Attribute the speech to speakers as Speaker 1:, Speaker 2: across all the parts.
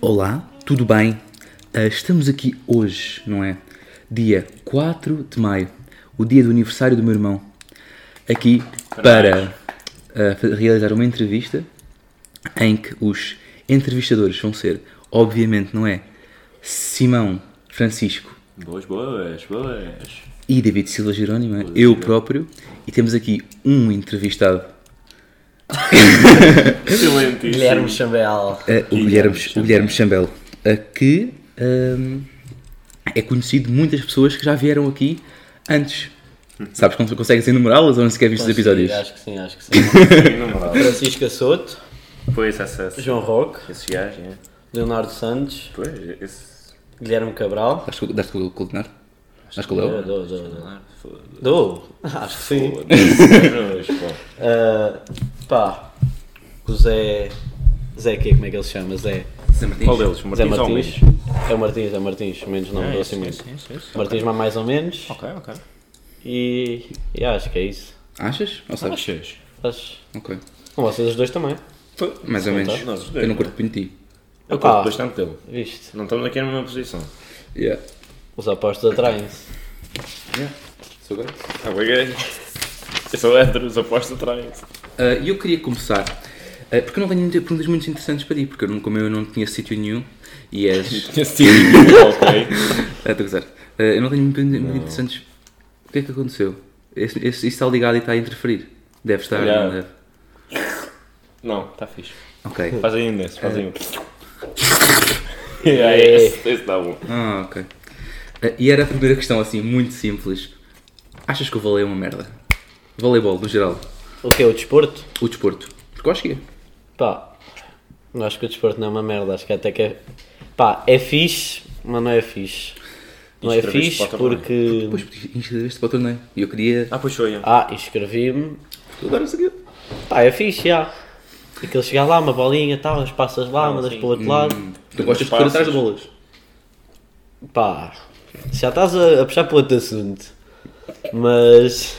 Speaker 1: Olá, tudo bem? Ah, estamos aqui hoje, não é? Dia 4 de maio, o dia do aniversário do meu irmão. Aqui para ah, fa- realizar uma entrevista em que os entrevistadores vão ser, obviamente, não é? Simão Francisco
Speaker 2: Boas, boas, boas.
Speaker 1: e David Silva Jerónimo, é? eu próprio, e temos aqui um entrevistado,
Speaker 2: Excelentíssimo.
Speaker 3: Guilherme Chambel.
Speaker 1: ah, o Guilherme, o Guilherme Chambel, ah, que ahm, é conhecido de muitas pessoas que já vieram aqui antes.
Speaker 2: Uhum.
Speaker 1: Sabes quando consegues enumerá-las ou não sequer viste os episódios?
Speaker 3: Acho que sim, acho que sim.
Speaker 2: Sim, não vale.
Speaker 3: Francisco Assoto,
Speaker 2: Pois, essa, essa,
Speaker 3: João Roque,
Speaker 2: esses gajos, é.
Speaker 3: Leonardo Santos,
Speaker 2: Pois, esse...
Speaker 3: Guilherme Cabral.
Speaker 1: Daste com- Daste com o Leonardo? Daste com é o
Speaker 3: Dou,
Speaker 1: Leo?
Speaker 3: dou, dou.
Speaker 2: Ah, foda-se.
Speaker 3: Dou? Acho que sim.
Speaker 2: Foda-se. Pô.
Speaker 3: Ah, pá, o Zé. Zé quê? Como é que ele se chama? Zé.
Speaker 2: Qual deles?
Speaker 3: Zé
Speaker 2: Martins ou
Speaker 3: Martins.
Speaker 2: Luís?
Speaker 3: É o Martins, é o Martins. Menos não,
Speaker 2: Ah,
Speaker 3: dou
Speaker 2: esse,
Speaker 3: assim muito.
Speaker 2: esse, esse, esse.
Speaker 3: Martins mas mais ou menos.
Speaker 2: Ok, ok.
Speaker 3: E, e acho que é isso.
Speaker 1: Achas? Ou
Speaker 2: Tá.
Speaker 1: sabes?
Speaker 2: Achas?
Speaker 3: Acho.
Speaker 1: Ok.
Speaker 3: Com vocês os dois também.
Speaker 1: Mais ou menos.
Speaker 2: nós os dois,
Speaker 1: Eu não
Speaker 2: não é?
Speaker 1: curto muito de ti.
Speaker 2: Eu
Speaker 3: Opa.
Speaker 2: curto bastante dele.
Speaker 3: Viste?
Speaker 2: Não estamos aqui na mesma posição.
Speaker 1: Yeah.
Speaker 3: Os apostos atraem-se.
Speaker 1: Sou gay.
Speaker 2: Ah, bem gay. Eu sou hétero, os apostos atraem-se.
Speaker 1: Ah, E eu queria começar, ah, porque eu não tenho muitas perguntas muito interessantes para ti, porque eu, não- como eu não tinha sítio nenhum e és.
Speaker 2: Esse tipo, ok.
Speaker 1: Ah, Estou a gozar. Ah, Eu não tenho muito, muito interessantes. O que é que aconteceu? Esse- esse- Isso está ligado e está a interferir. Deve estar,
Speaker 2: Yeah.
Speaker 1: não deve?
Speaker 2: Não, está Tá fixe.
Speaker 1: Ok.
Speaker 2: Faz aí um desses, faz aí um. Yeah, esse, esse dá um. bom.
Speaker 1: Ah, ok. Ah, E era a primeira questão, assim, muito simples. Achas que o vôlei é uma merda? Voleibol, no geral.
Speaker 3: O que é o desporto?
Speaker 1: O desporto. Porque eu acho que é.
Speaker 3: Pá, eu acho que o desporto não é uma merda, acho que até que é. Pá, é fixe, mas não é fixe. Não é
Speaker 2: Inscreveste-te
Speaker 3: fixe
Speaker 2: para o torneio.
Speaker 3: porque.
Speaker 1: Depois inscreveste para o torneio. E eu queria.
Speaker 2: Ah, pois foi. é.
Speaker 3: Ah, inscrevi-me.
Speaker 1: Agora não sabia.
Speaker 3: Pá, é fixe, já. Aquele chegar lá, uma bolinha e tal, as passas lá, mandas para o
Speaker 2: Hum.
Speaker 3: outro lado.
Speaker 1: Tu gostas de correr atrás de
Speaker 2: Passas.
Speaker 1: bolas.
Speaker 3: Pá, já estás a, a puxar para outro assunto. Mas.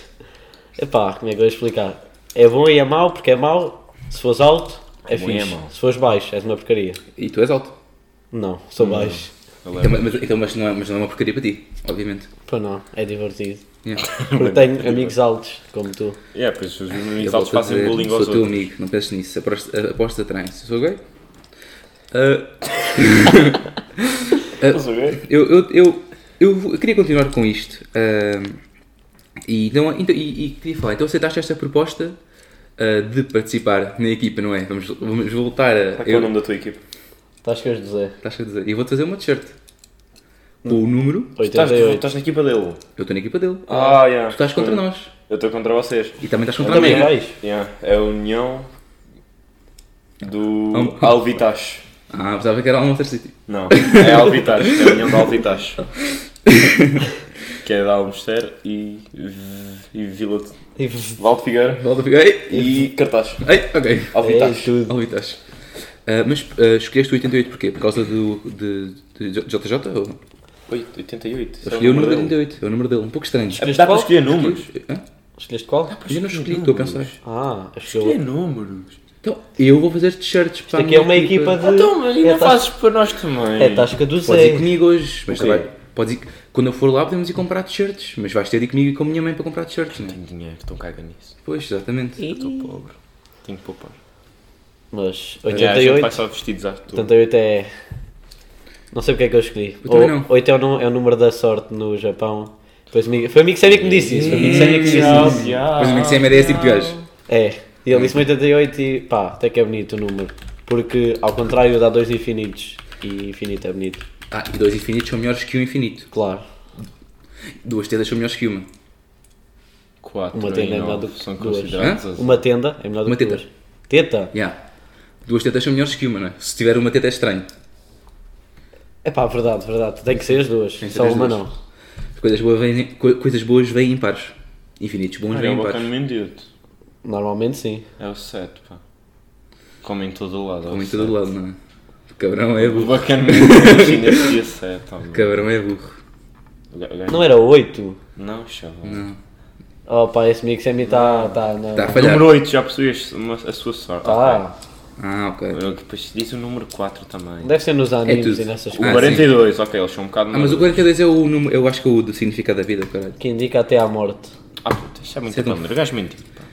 Speaker 3: Epá, como é que eu vou explicar? É bom e é mau, porque é mau, se fores alto, é,
Speaker 2: bom e é
Speaker 3: fixe.
Speaker 2: mau.
Speaker 3: se fores baixo, és uma porcaria.
Speaker 1: E tu és alto.
Speaker 3: Não, sou baixo.
Speaker 2: Ele é-
Speaker 1: Então, mas, então, mas, não é, mas não é uma porcaria para ti, obviamente.
Speaker 3: Pá, não, é divertido.
Speaker 1: Yeah.
Speaker 3: Porque tenho amigos altos, como tu.
Speaker 2: É, pois os
Speaker 1: Eu
Speaker 2: meninos
Speaker 1: volto
Speaker 2: altos
Speaker 1: a
Speaker 2: fazem
Speaker 1: dizer,
Speaker 2: bullying
Speaker 1: sou
Speaker 2: aos
Speaker 1: teu
Speaker 2: outros.
Speaker 1: amigo, não penses nisso. Aposto- a- Aposta atrás. Sou gay?
Speaker 2: Eh,
Speaker 1: Ah,
Speaker 2: Estás a ver?
Speaker 1: eu, eu, eu, eu queria continuar com isto. Ah, e, então, então- e, e queria falar, então aceitaste esta proposta ah, de participar na equipa, não é? Vamos, vamos voltar a.
Speaker 2: Qual é que é o
Speaker 1: Eu,
Speaker 2: nome da tua equipa?
Speaker 3: Estás com os do Zé.
Speaker 1: estás a dizer, eu vou-te fazer uma t-shirt com o número.
Speaker 2: Estás,
Speaker 3: 88.
Speaker 2: estás na equipa dele.
Speaker 1: Eu estou na equipa dele.
Speaker 2: Ah, yeah.
Speaker 1: tu estás contra nós.
Speaker 2: Eu estou contra vocês.
Speaker 1: E também estás contra a
Speaker 3: Também
Speaker 1: Mega.
Speaker 3: vais?
Speaker 2: Yeah. É a união do
Speaker 1: Hum.
Speaker 2: Alvitache.
Speaker 1: Ah, pensava que era Almanter City.
Speaker 2: Não, é Alvitache. É a união do Alvitache. que é da Almester e, e Vila de...
Speaker 3: E
Speaker 2: Valde Figueira
Speaker 1: Volta a ficar. Ei,
Speaker 2: e Cartaz.
Speaker 1: ei, ok.
Speaker 2: Alvitache.
Speaker 3: É, tudo.
Speaker 1: Alvitas. Ah, mas ah, escolheste o 88 porquê? Por causa do, de, de JJ? Ou? Eu
Speaker 2: Oi, 88. isso é
Speaker 1: escolhi o número
Speaker 2: dele.
Speaker 1: 88, é o número dele, um pouco estranho.
Speaker 2: É, Dá para escolher números.
Speaker 1: Hã?
Speaker 3: Escolheste qual?
Speaker 1: Mas eu não escolhi, estou a pensar.
Speaker 3: Ah, acho que eu...
Speaker 2: números.
Speaker 1: Então, eu vou fazer t-shirts para a
Speaker 3: Aqui é
Speaker 1: minha
Speaker 3: uma equipa de...
Speaker 2: Então, mas ainda
Speaker 3: é tasca-
Speaker 2: fazes para nós também.
Speaker 3: É Tasca do
Speaker 1: Podes ir
Speaker 3: Zé.
Speaker 1: comigo hoje, mas
Speaker 2: Ok.
Speaker 1: também- Podes ir... Quando eu for lá podemos ir comprar t-shirts, mas vais ter de ir comigo e com a minha mãe para comprar t-shirts, não é?
Speaker 2: Tenho dinheiro, estão caga nisso.
Speaker 1: Pois, exatamente.
Speaker 2: Estou pobre. Tenho que poupar.
Speaker 3: Mas
Speaker 2: Yeah, a gente
Speaker 3: 88...
Speaker 2: faz só vestidos à toa.
Speaker 3: 88 é... Não sei porque é que eu escolhi.
Speaker 1: também
Speaker 3: Ou-
Speaker 1: não.
Speaker 3: 8 é o, nu- é o número da sorte no Japão. Foi amigo, foi amigo sério que me disse isso. Foi amigo sério que me disse isso.
Speaker 1: Mas o que sempre é esse tipo de gajo.
Speaker 3: É. E ele disse-me 88 e pá, até que é bonito o número. Porque ao contrário dá dois infinitos. E infinito é bonito.
Speaker 1: Ah, e dois infinitos são melhores que um infinito.
Speaker 3: Claro.
Speaker 1: Duas tendas são melhores que uma.
Speaker 2: 4
Speaker 3: Uma tenda é melhor do que
Speaker 2: são
Speaker 3: duas.
Speaker 2: considerados
Speaker 1: Hã?
Speaker 2: as-
Speaker 3: Uma tenda é melhor do
Speaker 1: Uma
Speaker 3: que
Speaker 1: teta.
Speaker 3: duas. Teta?
Speaker 1: Yeah. Duas tetas são melhores que uma, não é? Se tiver uma teta é estranho.
Speaker 3: É pá, verdade, verdade. Tem que ser as duas.
Speaker 1: que
Speaker 3: Só
Speaker 1: ser as
Speaker 3: uma
Speaker 1: duas.
Speaker 3: não.
Speaker 1: Coisas boas vêm, co- coisas boas vêm em pares. Infinitos bons
Speaker 2: Olha, é
Speaker 1: vêm
Speaker 2: o
Speaker 1: em
Speaker 2: bacana
Speaker 1: pares.
Speaker 2: mendito.
Speaker 3: Normalmente sim.
Speaker 2: É o 7, pá. Como em todo o lado. é o
Speaker 1: Como em
Speaker 2: sete.
Speaker 1: todo lado, não é? Cabrão é
Speaker 2: O
Speaker 1: burro.
Speaker 2: bacana mendito chinês dia 7, ó. meu.
Speaker 1: Cabrão é burro.
Speaker 2: O ga- o gajo-
Speaker 3: Não é- era 8?
Speaker 2: Não, chava.
Speaker 3: Oh pá, esse Mix M está. Tá, não.
Speaker 1: Está a falhar.
Speaker 2: Número 8, já possuías uma- a sua sorte.
Speaker 3: Tá.
Speaker 1: Ah, ok.
Speaker 2: Eu Depois disse o número 4 também.
Speaker 3: Deve ser nos animes
Speaker 1: tudo.
Speaker 3: e nessas
Speaker 2: O
Speaker 1: Ah,
Speaker 3: coisas.
Speaker 2: 42, ok, eles são um bocado
Speaker 1: Ah, mas o 42 é o número, eu acho que é o do significado da vida, caralho.
Speaker 3: Que indica até à morte.
Speaker 2: Ah, puta, isto é muito bom. O gajo mentiu. pá.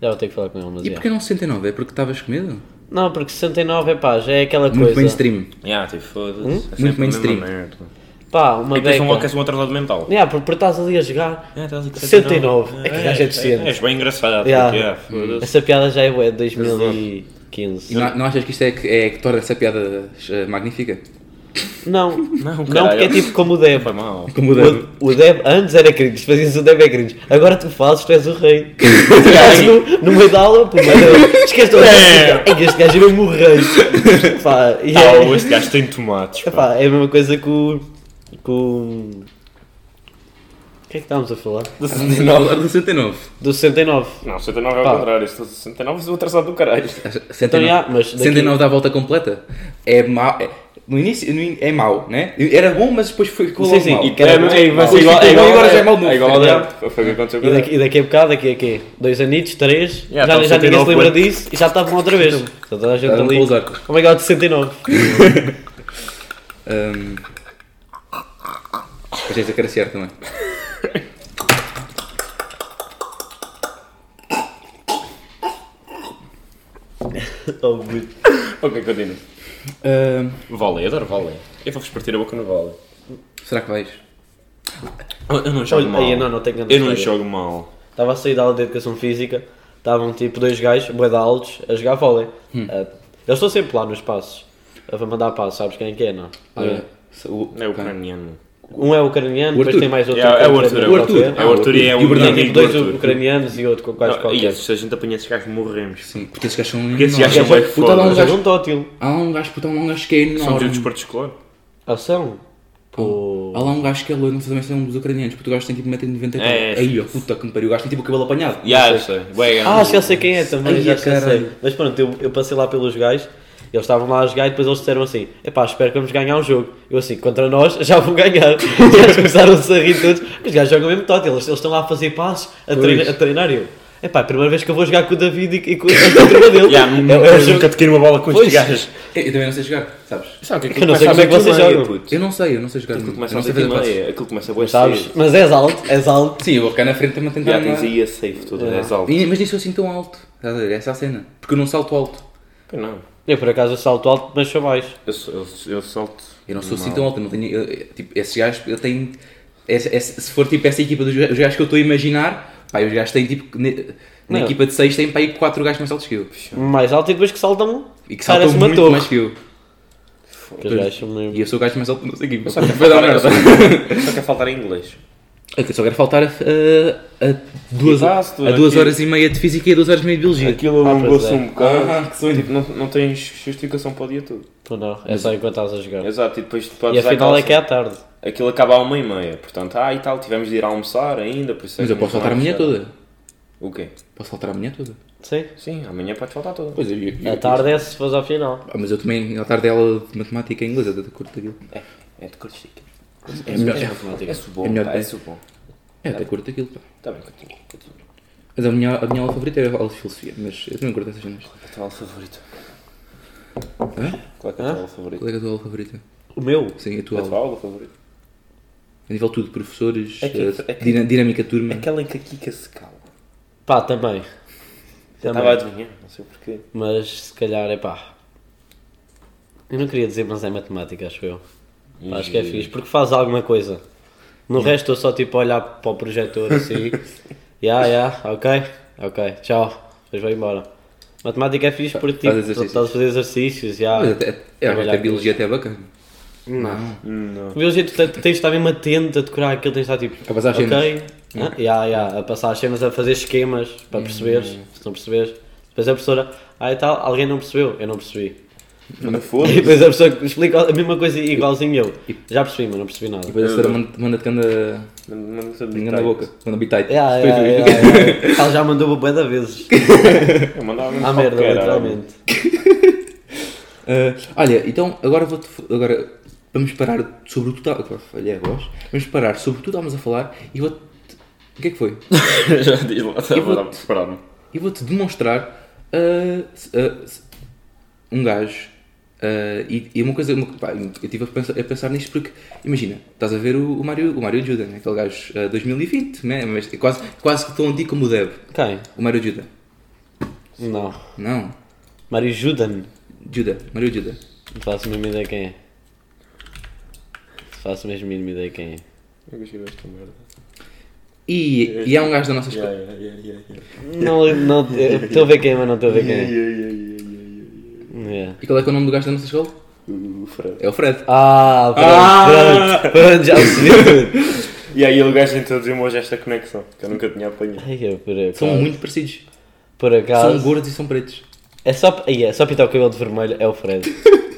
Speaker 3: Já vou ter que falar com ele, mas
Speaker 1: E
Speaker 3: é.
Speaker 1: porquê não 69? É porque estavas com medo?
Speaker 3: Não, porque 69 é pá, já é aquela
Speaker 1: Muito
Speaker 3: coisa.
Speaker 1: mainstream.
Speaker 2: Yeah, tipo, foda-se. É sempre
Speaker 1: Muito
Speaker 2: a mesma
Speaker 1: mainstream.
Speaker 2: merda.
Speaker 3: Pá, uma
Speaker 2: E depois
Speaker 3: beca.
Speaker 2: um aquece um atrasado mental.
Speaker 3: Yeah, porque porque estás ali a jogar.
Speaker 2: É, estás ali com
Speaker 3: 69. É que
Speaker 2: Ah,
Speaker 3: gajo é deficiente.
Speaker 2: És bem engraçado.
Speaker 3: Yeah.
Speaker 2: porque, yeah, foda-se.
Speaker 3: Essa piada já é bué de
Speaker 1: E
Speaker 3: 2015.
Speaker 1: não, não achas que isto é que, é que torna essa piada eh, magnífica?
Speaker 3: Não, não, porque é
Speaker 2: caralho.
Speaker 3: tipo como o Deb.
Speaker 2: Foi mal.
Speaker 1: Como o Dano.
Speaker 3: O, o Deb antes era cringe, fazias o Deb é cringe. Agora tu fazes, tu és o rei. Tu estás no, no meio da aula, pô, mas esquece toda
Speaker 2: É.
Speaker 3: Ei, Este gajo é mesmo o rei. Pá, e é,
Speaker 2: Ah, este gajo tem tomates. pá.
Speaker 3: epá, é a mesma coisa que o. Com. O que é que estávamos a falar?
Speaker 2: Do
Speaker 1: Não,
Speaker 2: 69.
Speaker 1: do 69.
Speaker 3: Do 69.
Speaker 2: Não, 69 é
Speaker 3: Pá.
Speaker 2: ao contrário. Este 69 é o atrasado do caralho.
Speaker 1: Então,
Speaker 3: já, mas daqui-
Speaker 1: 69 dá a volta completa. É mau. é- no início no in- é mau, né? Era bom, mas depois foi ficou
Speaker 3: Sim,
Speaker 1: logo
Speaker 3: sim,
Speaker 1: mau.
Speaker 3: e
Speaker 2: É, é, vai ser
Speaker 1: Hoje
Speaker 2: igual,
Speaker 1: ficou
Speaker 2: é igual,
Speaker 1: bom, agora já é mau de novo.
Speaker 2: É igual ao
Speaker 1: Yeah.
Speaker 2: dele. Foi o que aconteceu com
Speaker 3: E
Speaker 2: ele.
Speaker 3: daqui, e daqui a bocado, daqui a quê? Dois anitos, três,
Speaker 2: Yeah,
Speaker 3: já,
Speaker 2: estão
Speaker 3: já ninguém se
Speaker 2: 69
Speaker 3: lembra
Speaker 2: pontos.
Speaker 3: disso e já estavam outra vez. Já toda a gente
Speaker 1: Estavam
Speaker 3: ali.
Speaker 1: com Ah, os arcos.
Speaker 3: Oh my god, 69.
Speaker 1: Hum. Mas tens de acariciar também.
Speaker 3: Oh, muito.
Speaker 2: Ok, continua.
Speaker 1: Hum,
Speaker 2: Vôlei, adoro vôlei. Eu vou-vos partir a boca no vôlei.
Speaker 1: será que vais?
Speaker 2: Eu eu não
Speaker 3: Olha, aí, eu não- não tenho grande
Speaker 2: Eu não
Speaker 3: história.
Speaker 2: jogo mal.
Speaker 3: Estava a sair da aula de educação física, estavam tipo dois gajos, bué de altos, a jogar vôlei. Ah, eu estou sempre lá nos passos, a mandar passos, sabes quem é que é, não?
Speaker 1: Olha, se o-
Speaker 2: É ucraniano.
Speaker 3: Um é ucraniano, depois
Speaker 1: Arthur.
Speaker 3: tem mais outro.
Speaker 2: É, é o
Speaker 3: que
Speaker 2: Arthur.
Speaker 3: ucraniano
Speaker 2: é
Speaker 1: Arthur.
Speaker 3: qualquer.
Speaker 2: É o Arthur e é
Speaker 1: E o
Speaker 2: o
Speaker 1: Bernardo.
Speaker 3: Tem tipo
Speaker 2: amigo do
Speaker 3: dois
Speaker 2: Arthur. Ah,
Speaker 3: ucranianos e outro com quais
Speaker 2: Não, E
Speaker 3: qualquer.
Speaker 2: se a gente apanha esses gajos, morremos.
Speaker 1: Sim, porque esses gajos são
Speaker 2: Porque esses
Speaker 1: enormes.
Speaker 2: gajos são bem
Speaker 1: Puta, dá um
Speaker 2: fodas.
Speaker 1: gajo-
Speaker 3: Jogam um tótil.
Speaker 1: Há lá um gajo, puta, há lá um gajo que é
Speaker 2: São de
Speaker 1: enorme.
Speaker 2: desporto escolar.
Speaker 3: Ação. Pô.
Speaker 1: Há lá um gajo que é loiro, não sei também se é um dos ucranianos, porque o gajo tem tipo 1,90m.
Speaker 2: É, é.
Speaker 1: Aí, ó, puta que me pariu, o gajo tem tipo o cabelo apanhado.
Speaker 2: Yeah, eu sei. Bué grande.
Speaker 3: Ah, já sei quem é também,
Speaker 1: Ai,
Speaker 3: já sei,
Speaker 1: caralho.
Speaker 3: sei. Mas pronto, eu, eu passei lá pelos gajos, eles estavam lá a jogar e depois eles disseram assim: epá, espero que vamos ganhar um jogo. Eu assim, contra nós já vão ganhar. E eles começaram-se a rir todos, porque os gajos jogam mesmo tótil, eles, eles estão lá a fazer passos, a, treinar, a treinar e eu. Epá, é a primeira vez que eu vou jogar com o David e, e com a turma dele.
Speaker 2: Yeah,
Speaker 3: É- é o
Speaker 2: nunca-
Speaker 3: jogo-
Speaker 2: Nunca te queiro uma bola com estes
Speaker 3: Pois.
Speaker 2: gajos.
Speaker 1: Eu eu também não sei jogar, sabes?
Speaker 2: Sabe o que é
Speaker 3: Eu não sei
Speaker 2: começa
Speaker 3: como é que
Speaker 2: às
Speaker 3: vocês
Speaker 2: oito e meia,
Speaker 3: jogam.
Speaker 2: puto.
Speaker 1: Eu não sei, eu não sei jogar.
Speaker 2: Aquilo
Speaker 1: eu
Speaker 2: começa
Speaker 1: não
Speaker 2: às
Speaker 1: sei
Speaker 2: 8 e
Speaker 1: fazer passos.
Speaker 2: meia. Aquilo começa a boa
Speaker 3: Sabes? Mas és alto, és alto.
Speaker 1: Sim, eu vou ficar na frente também tentar.
Speaker 2: Já
Speaker 1: andar.
Speaker 2: tens aí a safe toda, és alto.
Speaker 1: E- Mas nem sou assim tão alto. Estás a ver? Essa é a cena. Porque eu não salto alto.
Speaker 2: Pois não.
Speaker 3: Eu por acaso eu salto alto, mas sou baixo.
Speaker 2: Eu, sou- eu, eu salto.
Speaker 1: Eu não sou assim tão alto. eu não tenho, eu- eu- tipo, esses gajos, eu tenho. esse- esse- se for tipo essa equipa dos gajos os gajos que eu estou a imaginar, pá, os gajos têm tipo. ne- na
Speaker 3: Não.
Speaker 1: equipa de 6 tem para aí 4 gajos mais altos que eu.
Speaker 3: Mais alto e depois que saltam.
Speaker 1: E que
Speaker 3: parece
Speaker 1: saltam
Speaker 3: uma
Speaker 1: muito
Speaker 3: torre.
Speaker 1: mais que eu.
Speaker 3: Que os gajos são mesmo-
Speaker 1: E eu sou o gajo mais alto da nossa equipa.
Speaker 2: Só que
Speaker 1: Vai dar merda.
Speaker 2: Só que é faltar em inglês.
Speaker 1: É que eu só quero faltar a, a- a duas,
Speaker 2: Exato,
Speaker 1: a duas
Speaker 2: aqui.
Speaker 1: horas e meia de física e a duas horas e meia de biologia.
Speaker 2: Aquilo
Speaker 3: Ah, pois
Speaker 2: alongou-se
Speaker 3: é.
Speaker 2: um bocado.
Speaker 1: Ah, que sonho.
Speaker 2: Tipo, não, não tens justificação para o dia todo.
Speaker 3: Pô, não, é só enquanto estás a jogar.
Speaker 2: Exato, e depois tu
Speaker 3: E
Speaker 2: podes dar
Speaker 3: afinal
Speaker 2: aquela-
Speaker 3: é que é à tarde.
Speaker 2: Aquilo acaba a uma e meia, portanto, ah e tal, tivemos de ir almoçar ainda, por isso é
Speaker 1: Mas
Speaker 2: que
Speaker 1: eu posso
Speaker 2: nunca
Speaker 1: faltar a
Speaker 2: mais
Speaker 1: manhã
Speaker 2: chegaram.
Speaker 1: toda.
Speaker 2: O quê?
Speaker 1: Posso faltar a manhã toda.
Speaker 3: Sim.
Speaker 2: Sim, amanhã pode faltar toda.
Speaker 1: Pois é,
Speaker 3: A tarde é se fores ao final.
Speaker 1: Ah, mas eu também, à tarde aula de matemática e inglês, eu até curto aquilo.
Speaker 2: É, é de cor chique.
Speaker 1: É melhor, é,
Speaker 2: É subom,
Speaker 1: É melhor
Speaker 2: pá,
Speaker 1: bem.
Speaker 2: é subom.
Speaker 1: eu É, até curto aquilo, pá.
Speaker 2: Está bem, continua, continua.
Speaker 1: Mas a minha, a minha aula favorita era a aula de filosofia, mas eu também curto essas cenas.
Speaker 2: Qual é a tua aula favorita?
Speaker 1: Hã?
Speaker 2: Qual é que é a tua aula favorita?
Speaker 1: Qual é que é a tua aula favorita?
Speaker 3: O meu?
Speaker 1: Sim, a tua
Speaker 2: A tua
Speaker 1: aula.
Speaker 2: aula favorita?
Speaker 1: A nível de tudo, professores,
Speaker 2: É que-
Speaker 1: eh,
Speaker 2: é que-
Speaker 1: dina- dinâmica de turma.
Speaker 2: Aquela em que a Kika se cala.
Speaker 3: Pá, também.
Speaker 2: Já
Speaker 3: Também.
Speaker 2: estava a adivinhar, não sei porquê.
Speaker 3: Mas se calhar é pá. Eu não queria dizer, mas é matemática, acho eu. Pá, Acho que é fixe, porque faz alguma coisa. No resto eu só tipo a olhar para o projetor assim. Ya, ya, ok, ok, tchau. Depois vou embora. Matemática é fixe porque tipo,
Speaker 1: faz
Speaker 3: tu
Speaker 1: exercícios.
Speaker 3: estás a fazer exercícios. Ya.
Speaker 1: Mas até, é, até a
Speaker 3: Trabalhar
Speaker 1: biologia até é bacana. Não.
Speaker 2: Não.
Speaker 3: Biologia, tu te- tu tens de estar mesmo atento a decorar aquilo, tens de estar tipo.
Speaker 1: A passar as
Speaker 3: ok,
Speaker 1: cenas. Hum.
Speaker 3: ah, yeah, yeah, a passar as cenas, a fazer esquemas para perceberes, se não perceberes. Depois a professora, ah e tal, alguém não percebeu, eu não percebi.
Speaker 2: Não
Speaker 3: E
Speaker 2: foda-se.
Speaker 3: depois a pessoa explica a mesma coisa igualzinho eu. Já percebi, mas não percebi nada.
Speaker 1: Depois a senhora manda- manda-te ganda,
Speaker 2: Manda-te a
Speaker 1: ganda boca, manda bitite.
Speaker 3: Yeah, yeah, yeah, yeah. Ela já mandou uma bué de vezes.
Speaker 2: Eu mandava
Speaker 3: À
Speaker 2: mesmo
Speaker 3: merda,
Speaker 2: qualquer,
Speaker 3: literalmente.
Speaker 1: Ah, olha, então agora vou-te. Agora vamos parar sobre o total. agora falhei a voz. Vamos parar sobre o que estávamos a falar e vou-te. O que é que foi? tá,
Speaker 2: era. Já diz lá, estava a preparar-me.
Speaker 1: E vou-te demonstrar ah, se- ah, se- um gajo. ah, e, e uma coisa, uma- pá, eu estive a pensar, a pensar nisto porque, imagina, estás a ver o, o Mário o Mario Juda, né? aquele gajo ah, 2020, né? Mas quase, quase que tão antigo como o Deb,
Speaker 3: Quem?
Speaker 1: o Mário Juda.
Speaker 3: Não.
Speaker 1: Não,
Speaker 3: Mário Judan.
Speaker 1: Juda, Mário Juda.
Speaker 3: Não faço a mesma ideia quem é. Não faço a mesma ideia quem é.
Speaker 2: Eu gostei desta merda.
Speaker 1: E, e há um gajo da nossa escola.
Speaker 2: Yeah, yeah, yeah, yeah, yeah.
Speaker 3: Não, não, eu- estou a ver quem é, mas não estou a ver
Speaker 2: Yeah,
Speaker 3: quem é.
Speaker 2: yeah, yeah, yeah, yeah, yeah.
Speaker 3: Yeah.
Speaker 1: E qual é, que é o nome do gajo da nossa escola?
Speaker 2: O Uh, Fred.
Speaker 1: É o Fred.
Speaker 3: Ah, pronto,
Speaker 1: Ah!
Speaker 3: pronto, pronto, já percebi.
Speaker 2: E aí o gajo introduziu-me hoje esta conexão, que eu nunca tinha apanhado.
Speaker 3: Ai, eu por acaso.
Speaker 1: São muito parecidos.
Speaker 3: Por
Speaker 1: São
Speaker 3: acaso.
Speaker 1: gordos e são pretos.
Speaker 3: É só, aí, é só pintar o cabelo de vermelho, é o Fred.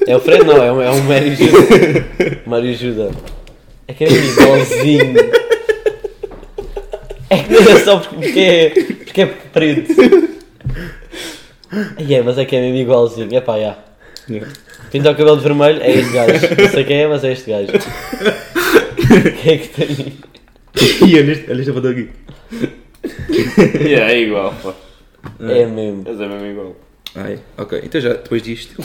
Speaker 3: É o Fred, não, é um, é um Mário Juda. Mário Juda. É que é igualzinho. É que não é só porque é, porque é preto. Aí é, mas é que é mesmo igualzinho. É pá, já. Pintar o cabelo de vermelho é este gajo. Não sei quem é, mas é este gajo. Quem é que tem?
Speaker 1: e olha este- olha esta foto aqui.
Speaker 2: Yeah, é igual, pá.
Speaker 3: É mesmo.
Speaker 2: Mas é mesmo igual.
Speaker 1: Ai, ok, então já depois disto.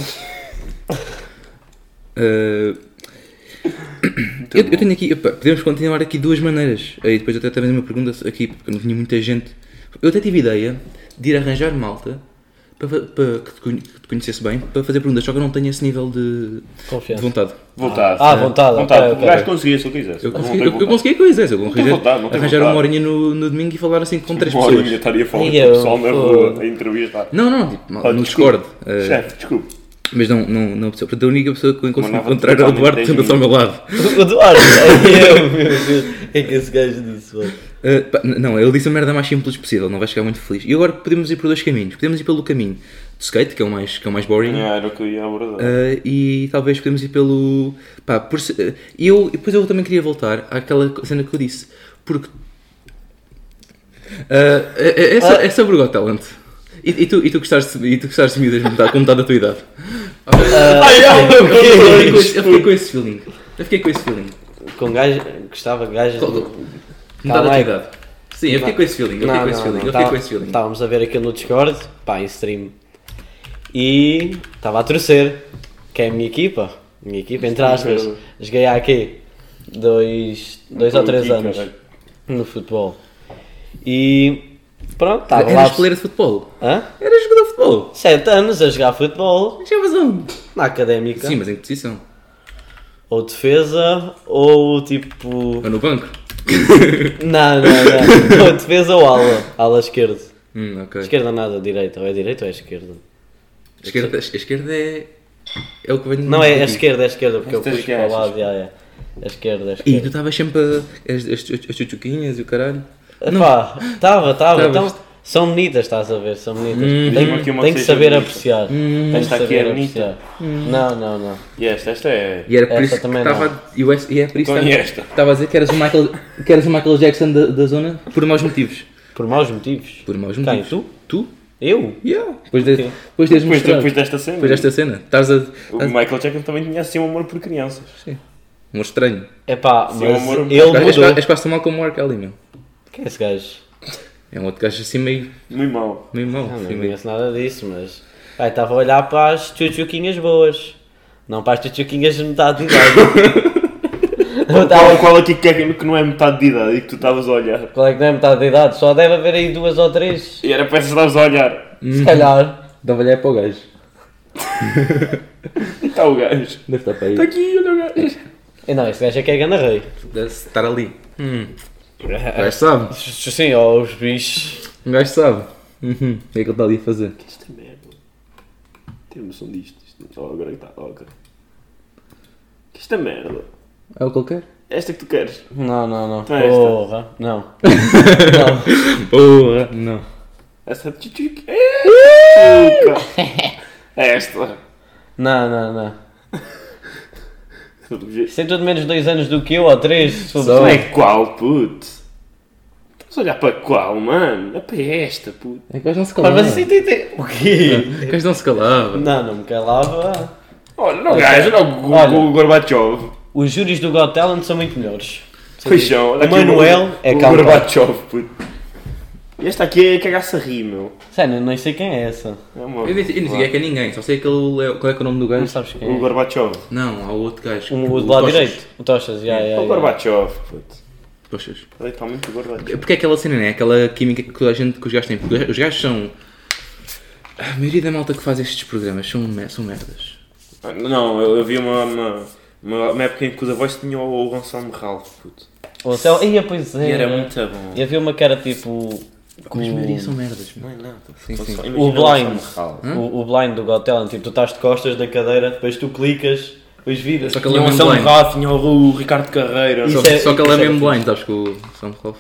Speaker 1: Ah, eu, eu tenho aqui. opa, podemos continuar aqui de duas maneiras. Aí depois eu até também uma pergunta aqui, porque eu não tinha muita gente. Eu até tive ideia de ir arranjar malta para, fa- para que, te conhe- que te conhecesse bem para fazer perguntas, só que eu não tenho esse nível de, de
Speaker 3: Confiança.
Speaker 1: vontade.
Speaker 2: Vontade. né?
Speaker 3: Ah, vontade,
Speaker 2: Vontade.
Speaker 3: ok,
Speaker 2: o
Speaker 3: ok.
Speaker 2: gajo conseguia se eu quisesse.
Speaker 1: Eu
Speaker 2: Não
Speaker 1: consegui, eu,
Speaker 2: tem
Speaker 1: eu
Speaker 2: vontade.
Speaker 1: consegui coisas, eu
Speaker 2: tem
Speaker 1: consegui
Speaker 2: vontade, não tem
Speaker 1: arranjar uma
Speaker 2: vontade.
Speaker 1: horinha no, no domingo e falar assim com três
Speaker 2: Uma
Speaker 1: pessoas.
Speaker 2: horinha tá estaria a falar com
Speaker 3: Ai, eu-
Speaker 2: o pessoal na rua, a entrevistar.
Speaker 1: Não, não, tipo,
Speaker 2: Pá,
Speaker 1: no
Speaker 2: desculpe.
Speaker 1: Discord. ah,
Speaker 2: Chefe, desculpe.
Speaker 1: Mas não, não, não percebo. Portanto, a única pessoa que eu encontro
Speaker 2: Mandava-te
Speaker 1: encontrar é o
Speaker 2: totalmente
Speaker 1: Duarte
Speaker 2: dez
Speaker 1: senta-se ao meu lado.
Speaker 3: O Eduardo. é Ai, eu, meu Deus. O que é que esse gajo disse, mano?
Speaker 1: Ah, pá, n- não, ele disse a merda mais simples possível, não vai chegar muito feliz. E agora podemos ir por dois caminhos. Podemos ir pelo caminho do skate, que é o mais, que é o mais boring.
Speaker 2: Não, Era o que eu ia abordar.
Speaker 1: ah, e talvez podemos ir pelo. Pá, por se- ah, e eu, e depois eu também queria voltar àquela co- cena que eu disse. Porque. Ah, é, é- é so- é sobre o Got Talent. E, e tu, e tu gostares de e tu gostares de miúdas metade- com metade da tua idade?
Speaker 3: Ah,
Speaker 2: Ai,
Speaker 1: Ah, Eu
Speaker 2: eu-
Speaker 1: fiquei- eu fiquei com esse- eu
Speaker 2: eu-
Speaker 1: fiquei com esse feeling. Eu fiquei com esse feeling.
Speaker 3: Com gajo, gostava de gajas.
Speaker 1: Qual- Não
Speaker 3: Tá
Speaker 1: dá da tua
Speaker 3: bem.
Speaker 1: idade. Sim, eu fiquei com esse feeling, eu fiquei com esse feeling, eu fiquei
Speaker 3: Tá-
Speaker 1: com esse feeling.
Speaker 3: Estávamos a ver aquilo no Discord, pá, em stream. E estava a torcer, que é a minha equipa. Minha equipa, entre aspas. Joguei há aqui dois, dois ou
Speaker 2: tô
Speaker 3: três
Speaker 2: aqui,
Speaker 3: anos
Speaker 2: caralho.
Speaker 3: no futebol. E pronto, estava lá.
Speaker 1: Eras player de futebol?
Speaker 3: Hã?
Speaker 1: Eras jogador de futebol?
Speaker 3: Sete anos a jogar futebol
Speaker 1: Jogavas onde?
Speaker 3: na académica.
Speaker 1: Sim, mas em que posição?
Speaker 3: Ou defesa, ou tipo.
Speaker 1: Ou no banco?
Speaker 3: Não, não, não. ou defesa ou ala. Ala esquerda.
Speaker 1: Hum, ok.
Speaker 3: Esquerda nada, direita. Ou é direita ou é esquerda?
Speaker 1: Esquerda, a esquerda é... É o que vem...
Speaker 3: Não, é, é a esquerda, é a esquerda, porque eu
Speaker 2: Estas
Speaker 3: puxo para o
Speaker 2: gajas.
Speaker 3: lado, já, é. É a esquerda, é a
Speaker 1: E tu
Speaker 3: esquerda.
Speaker 1: estavas sempre a... As, as, as chuchuquinhas e o caralho.
Speaker 3: Pá, estava, estava.
Speaker 1: Tavas.
Speaker 3: Então, são bonitas, estás a ver, são bonitas. tem
Speaker 1: Hum.
Speaker 2: Diz-me aqui uma
Speaker 3: tem
Speaker 2: que
Speaker 3: que
Speaker 2: seja
Speaker 3: saber
Speaker 2: bonita.
Speaker 3: apreciar. Tem que
Speaker 2: Esta aqui
Speaker 3: Hum, saber
Speaker 2: é bonita.
Speaker 3: apreciar.
Speaker 1: Hum.
Speaker 3: Não, não, não.
Speaker 2: E esta, esta é.
Speaker 1: E era por
Speaker 3: Essa
Speaker 1: isso que
Speaker 3: também
Speaker 1: estava... E, o S- e é por isso
Speaker 2: Então, e
Speaker 1: que
Speaker 2: esta?
Speaker 1: estava a dizer que eras o Michael, que eras o Michael Jackson da, da zona por maus motivos.
Speaker 3: Por maus motivos.
Speaker 1: Por maus
Speaker 3: Quem,
Speaker 1: motivos.
Speaker 3: tu?
Speaker 1: Tu?
Speaker 3: Eu?
Speaker 1: Yeah. Depois, de, depois, de
Speaker 2: Depois, depois desta cena.
Speaker 1: Depois desta cena. Estás a...
Speaker 2: O
Speaker 1: a-
Speaker 2: Michael Jackson também tinha assim um amor por crianças.
Speaker 1: Um estranho.
Speaker 3: É pá,
Speaker 2: Sim, um
Speaker 3: mas
Speaker 2: amor,
Speaker 3: ele
Speaker 1: És
Speaker 3: mudou.
Speaker 1: quase- És quase tão mal como o R. Kelly, meu.
Speaker 3: Quem é esse gajo?
Speaker 1: É um outro gajo assim meio,
Speaker 2: Muito mau.
Speaker 1: meio mau.
Speaker 3: Ah, Não,
Speaker 1: assim,
Speaker 3: não
Speaker 1: meio-
Speaker 3: conheço nada disso, mas. Pai, estava a olhar para as tchutchuquinhas boas. Não para as tchutchuquinhas de metade de idade. Eu estava-
Speaker 2: Qual, qual aqui que, é, que não é metade de idade e que tu estavas a olhar?
Speaker 3: Qual é que não é metade da idade? Só deve haver aí duas ou três.
Speaker 2: E era para essas que estavas a olhar.
Speaker 3: Se calhar.
Speaker 1: Dava olhar para o gajo.
Speaker 2: E é está o gajo.
Speaker 1: Deve estar para
Speaker 2: Está
Speaker 1: aí.
Speaker 2: aqui, olha o gajo.
Speaker 3: E não, este gajo é que é ganarrei.
Speaker 1: Deve estar ali. Hum. O gajo sabe.
Speaker 3: Sim, ó, os bichos.
Speaker 1: O Um gajo sabe. Uhum. O que é que ele está ali a fazer?
Speaker 2: Isto é merda. Tem noção disto? Isto oh, agora que está. Oh, cara. Isto é merda.
Speaker 1: É o que ele quer?
Speaker 2: Esta que tu queres.
Speaker 3: Não, não, não.
Speaker 2: Então é esta.
Speaker 3: Porra. Não.
Speaker 1: Porra! Não.
Speaker 2: Essa tchutchuc. É tchuca. É esta.
Speaker 3: Não, não, não. Isso é tudo menos dois anos do que eu, ou três. se for
Speaker 2: Não
Speaker 3: possível.
Speaker 2: é qual, puto? Estás a olhar para qual, mano? É para esta, puto.
Speaker 1: É que o gajo não se
Speaker 3: Mas
Speaker 1: calava.
Speaker 3: mas assim tem. tem- O quê?
Speaker 1: É O gajo não se calava.
Speaker 3: Não, não me calava.
Speaker 2: Olha, não gajo, não o-
Speaker 3: Olha.
Speaker 2: o Gorbachev.
Speaker 3: Os júris do Got Talent são muito melhores.
Speaker 2: Feijão, olha
Speaker 3: O
Speaker 2: aqui
Speaker 3: Manuel é
Speaker 2: o
Speaker 3: calmo.
Speaker 2: Gorbachev, puto. Este aqui é cagar-se a rir, meu.
Speaker 3: Sério, eu nem sei quem é essa.
Speaker 2: É uma...
Speaker 1: Eu nem eu nem sei quem é que é ninguém, só sei aquele. é- Qual é, que é o nome do
Speaker 3: Não
Speaker 1: gajo?
Speaker 3: sabes quem
Speaker 2: O
Speaker 3: é.
Speaker 2: Gorbachev.
Speaker 1: Não, há outro gajo.
Speaker 3: O, o Um do lado
Speaker 1: Tochas.
Speaker 3: direito. O Tochas, já,
Speaker 2: É
Speaker 3: já.
Speaker 2: o Gorbachev, puto.
Speaker 1: Tochas.
Speaker 2: Literalmente o Gorbachev.
Speaker 1: Porque é aquela cena, né? Aquela química que toda a gente, que os gajos têm. Porque os gajos são. A maioria da malta que faz estes programas são, me- são merdas.
Speaker 2: Ah, Não, eu, eu vi uma, uma, uma, uma época em que o The Voice tinha o, o Gonçalo Ralph, puto.
Speaker 3: Ou se ela- Ia, pois é.
Speaker 2: E era muito bom.
Speaker 3: E havia uma cara tipo. com-
Speaker 1: Mas a maioria são merdas. meu.
Speaker 2: Não é nada.
Speaker 1: Sim,
Speaker 2: Só-
Speaker 1: sim.
Speaker 2: só
Speaker 1: O
Speaker 2: imagina
Speaker 3: Blind.
Speaker 2: Gonçalo Ralph.
Speaker 3: O, o blind do Got Talent, tipo, tu estás de costas da cadeira, depois tu clicas, depois um viras.
Speaker 1: Só que ele
Speaker 2: Tinha
Speaker 1: é
Speaker 2: o
Speaker 1: mesmo
Speaker 2: Anselmo
Speaker 1: blind.
Speaker 2: Ralph, tinha o Ricardo Carreira.
Speaker 1: Só,
Speaker 3: Isso é-
Speaker 1: só que ele
Speaker 3: isso
Speaker 1: é
Speaker 3: é
Speaker 1: mesmo
Speaker 3: fixe.
Speaker 1: blind, sabes que o Sam Hoff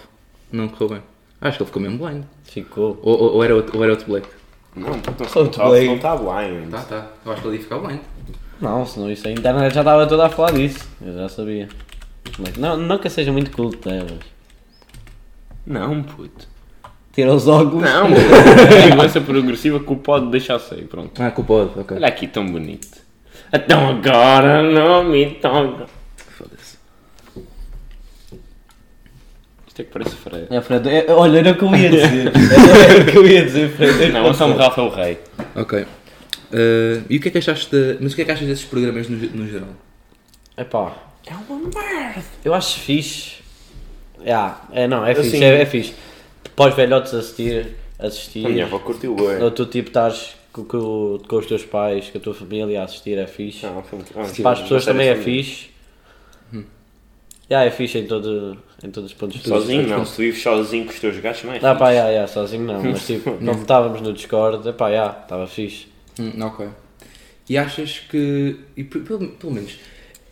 Speaker 1: não correu bem. Acho que ele ficou mesmo blind.
Speaker 3: Ficou.
Speaker 1: Ou, ou- ou era, outro, ou era outro Black.
Speaker 2: Não, puto, não
Speaker 3: Só
Speaker 2: está
Speaker 3: Blade.
Speaker 2: não tá blind.
Speaker 1: Tá, tá. Eu acho que ele ia ficar blind.
Speaker 3: Não, senão isso a internet já estava toda a falar disso. Eu já sabia. Mas não, não que seja muito culto, né? Mas...
Speaker 2: Não, puto.
Speaker 3: Tira os óculos.
Speaker 2: Não, é a doença progressiva que o pode deixar sair, pronto.
Speaker 1: Ah, que o pod, ok.
Speaker 2: Olha aqui, tão bonito. Então agora não me toca.
Speaker 1: Foda-se.
Speaker 2: Isto é que parece freio.
Speaker 3: É, Fred, é, olha, era o que eu ia dizer. Era o que eu ia dizer, Fred.
Speaker 2: Não, o São Rafa é o rei.
Speaker 1: Ok. Eh, e o que é que achaste de- Mas o que é que achas desses programas no, no geral?
Speaker 3: Epá. É uma merda. Eu acho fixe. Ah, é, não, é fixe,
Speaker 2: Assim-
Speaker 3: é, é fixe. Pós velhotes assistir, assistir.
Speaker 2: A minha avó é. curtiu bem.
Speaker 3: Ou tu tipo estás co- co- com, os teus pais, com a tua família a assistir é fixe.
Speaker 2: Não, foi muito- ah,
Speaker 3: Para as pessoas
Speaker 2: uma
Speaker 3: também é
Speaker 2: série
Speaker 3: fixe.
Speaker 2: Hum.
Speaker 3: Já é fixe em, todo, em todos os pontos de vista.
Speaker 2: Sozinho não, se tu vives sozinho com os teus gajos, não é
Speaker 3: Ah pá, já, já, sozinho não, mas tipo, quando estávamos no Discord, pá, já, estava fixe.
Speaker 1: Hum, ok. E achas que. E, pe- pelo, pelo menos.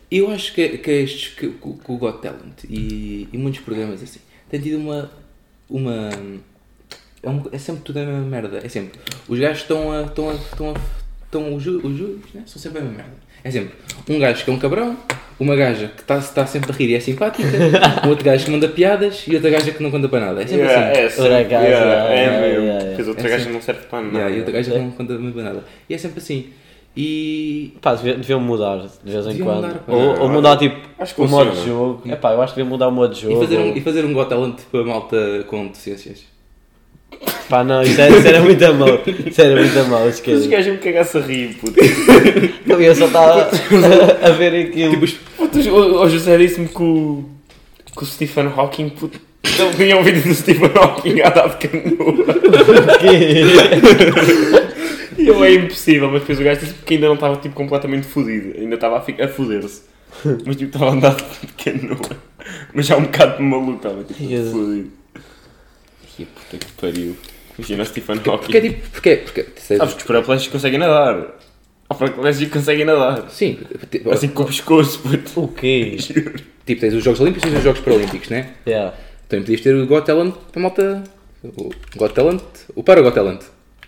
Speaker 1: Eu acho que, que estes. Que, que o- que o Got Talent e, e muitos programas assim. têm tido uma. Uma. É, um- é sempre tudo a mesma merda. É sempre. Os gajos estão a. Estão a. Estão a. Estão os, ju- os júris, né? São sempre a mesma merda. É sempre. Um gajo que é um cabrão. Uma gaja que está tá sempre a rir e é simpática. um outro gajo que manda piadas. E outra gaja que não conta para nada. É sempre assim.
Speaker 2: Yeah, É, sim.
Speaker 3: Outra gaja,
Speaker 2: Yeah,
Speaker 3: yeah,
Speaker 2: é
Speaker 3: yeah,
Speaker 2: mesmo.
Speaker 3: yeah.
Speaker 2: Pois outra gaja não serve para nada.
Speaker 1: Yeah, e outra
Speaker 2: É.
Speaker 1: gaja que não conta muito para nada. E é sempre assim. E.
Speaker 3: Pá, devia- deviam mudar de vez em
Speaker 1: Deviam
Speaker 3: quando.
Speaker 1: mudar, pá.
Speaker 3: ou, ou mudar tipo
Speaker 2: Acho que
Speaker 3: o modo de
Speaker 2: funciona.
Speaker 3: jogo. É pá, eu acho que devia mudar o modo de jogo.
Speaker 1: E fazer, um,
Speaker 3: ou-
Speaker 1: e fazer um Got Talent para a malta com deficiências.
Speaker 3: Pá, não, isso era, isso era muito a mão. Isso era muito a mão,
Speaker 2: Os
Speaker 3: esquece.
Speaker 2: gajos me cagassem a rir, puto.
Speaker 3: Eu ia só estar a, a ver um aquilo.
Speaker 2: Tipo, Putos, o o José disse-me que o, que o Stephen Hawking. Puto, eu vi um vídeo do Stephen Hawking a dar de canoa.
Speaker 3: que-
Speaker 2: E eu é impossível, mas depois o gajo disse que ainda não estava tipo, completamente fodido. Ainda estava a, fi- a foder-se. Mas tipo, estava a andar de canoa. Mas já um bocado de maluco, estava tipo
Speaker 3: Yes.
Speaker 2: fodido. E puta que pariu. Imagina o Stephen
Speaker 1: Porque é
Speaker 2: Hawking.
Speaker 1: tipo. Porque, é- porque, sei-
Speaker 2: Sabes que os paraplégicos conseguem nadar. Os paraplégicos conseguem nadar.
Speaker 1: sim, tipo,
Speaker 2: Assim com o pescoço, puto.
Speaker 3: O quê?
Speaker 1: tipo, tens os Jogos Olímpicos e os Jogos Paralímpicos, né?
Speaker 3: Yeah.
Speaker 1: Também podias ter o Got Talent para a malta. O Got Talent. O Para Got Talent.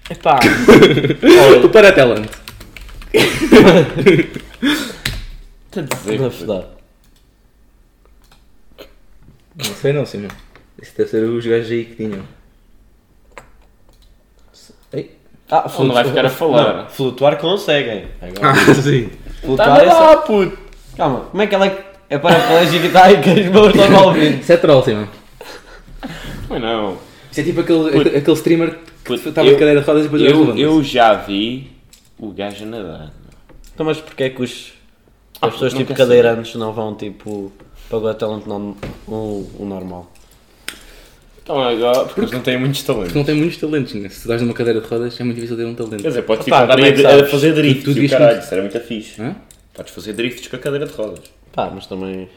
Speaker 3: Epá,
Speaker 1: O Para Talent.
Speaker 2: Está Tá a dizer,
Speaker 3: não
Speaker 2: puto.
Speaker 3: fudar.
Speaker 1: Não sei não, Simão. Isso deve ser os gajos aí que tinham. Ei.
Speaker 3: Ah,
Speaker 2: Não vai ficar a falar.
Speaker 3: Não, flutuar conseguem. Agora,
Speaker 1: Ah, sim.
Speaker 3: flutuar
Speaker 2: Tá
Speaker 3: é só...
Speaker 2: lá, puto.
Speaker 3: Calma, como é que ela é- é paraplégica e está aí com as mãos logo ao vento?
Speaker 1: Isso é troll, Simão.
Speaker 2: Pois não.
Speaker 1: Isso é tipo aquele,
Speaker 2: Puto.
Speaker 1: aquele streamer que
Speaker 2: Puto,
Speaker 1: estava em
Speaker 2: eu-
Speaker 1: cadeira de rodas e depois o gajo
Speaker 2: Eu,
Speaker 1: levanta-se.
Speaker 2: eu já vi o gajo nadar.
Speaker 3: Então, mas porquê é que os,
Speaker 2: Ah,
Speaker 3: as pessoas
Speaker 2: não
Speaker 3: tipo
Speaker 2: quer saber.
Speaker 3: cadeirantes não vão tipo para o talento não o, o um, normal?
Speaker 2: Então agora, porque eles não têm muitos
Speaker 1: Porque
Speaker 2: talentos.
Speaker 1: não tem muitos talentos, né? Se tu estás numa cadeira de rodas é muito difícil ter um talento.
Speaker 2: Quer dizer, podes
Speaker 3: Pá,
Speaker 2: tipo, andar
Speaker 3: como é que
Speaker 2: a- a
Speaker 3: sabes?
Speaker 2: fazer
Speaker 1: Tu-
Speaker 2: drifts,
Speaker 1: tu
Speaker 2: e o
Speaker 1: devias
Speaker 2: caralho,
Speaker 1: ter-
Speaker 2: isso era muito fixe.
Speaker 1: Hã?
Speaker 2: Podes fazer drifts com a cadeira de rodas.
Speaker 3: Pá, mas também.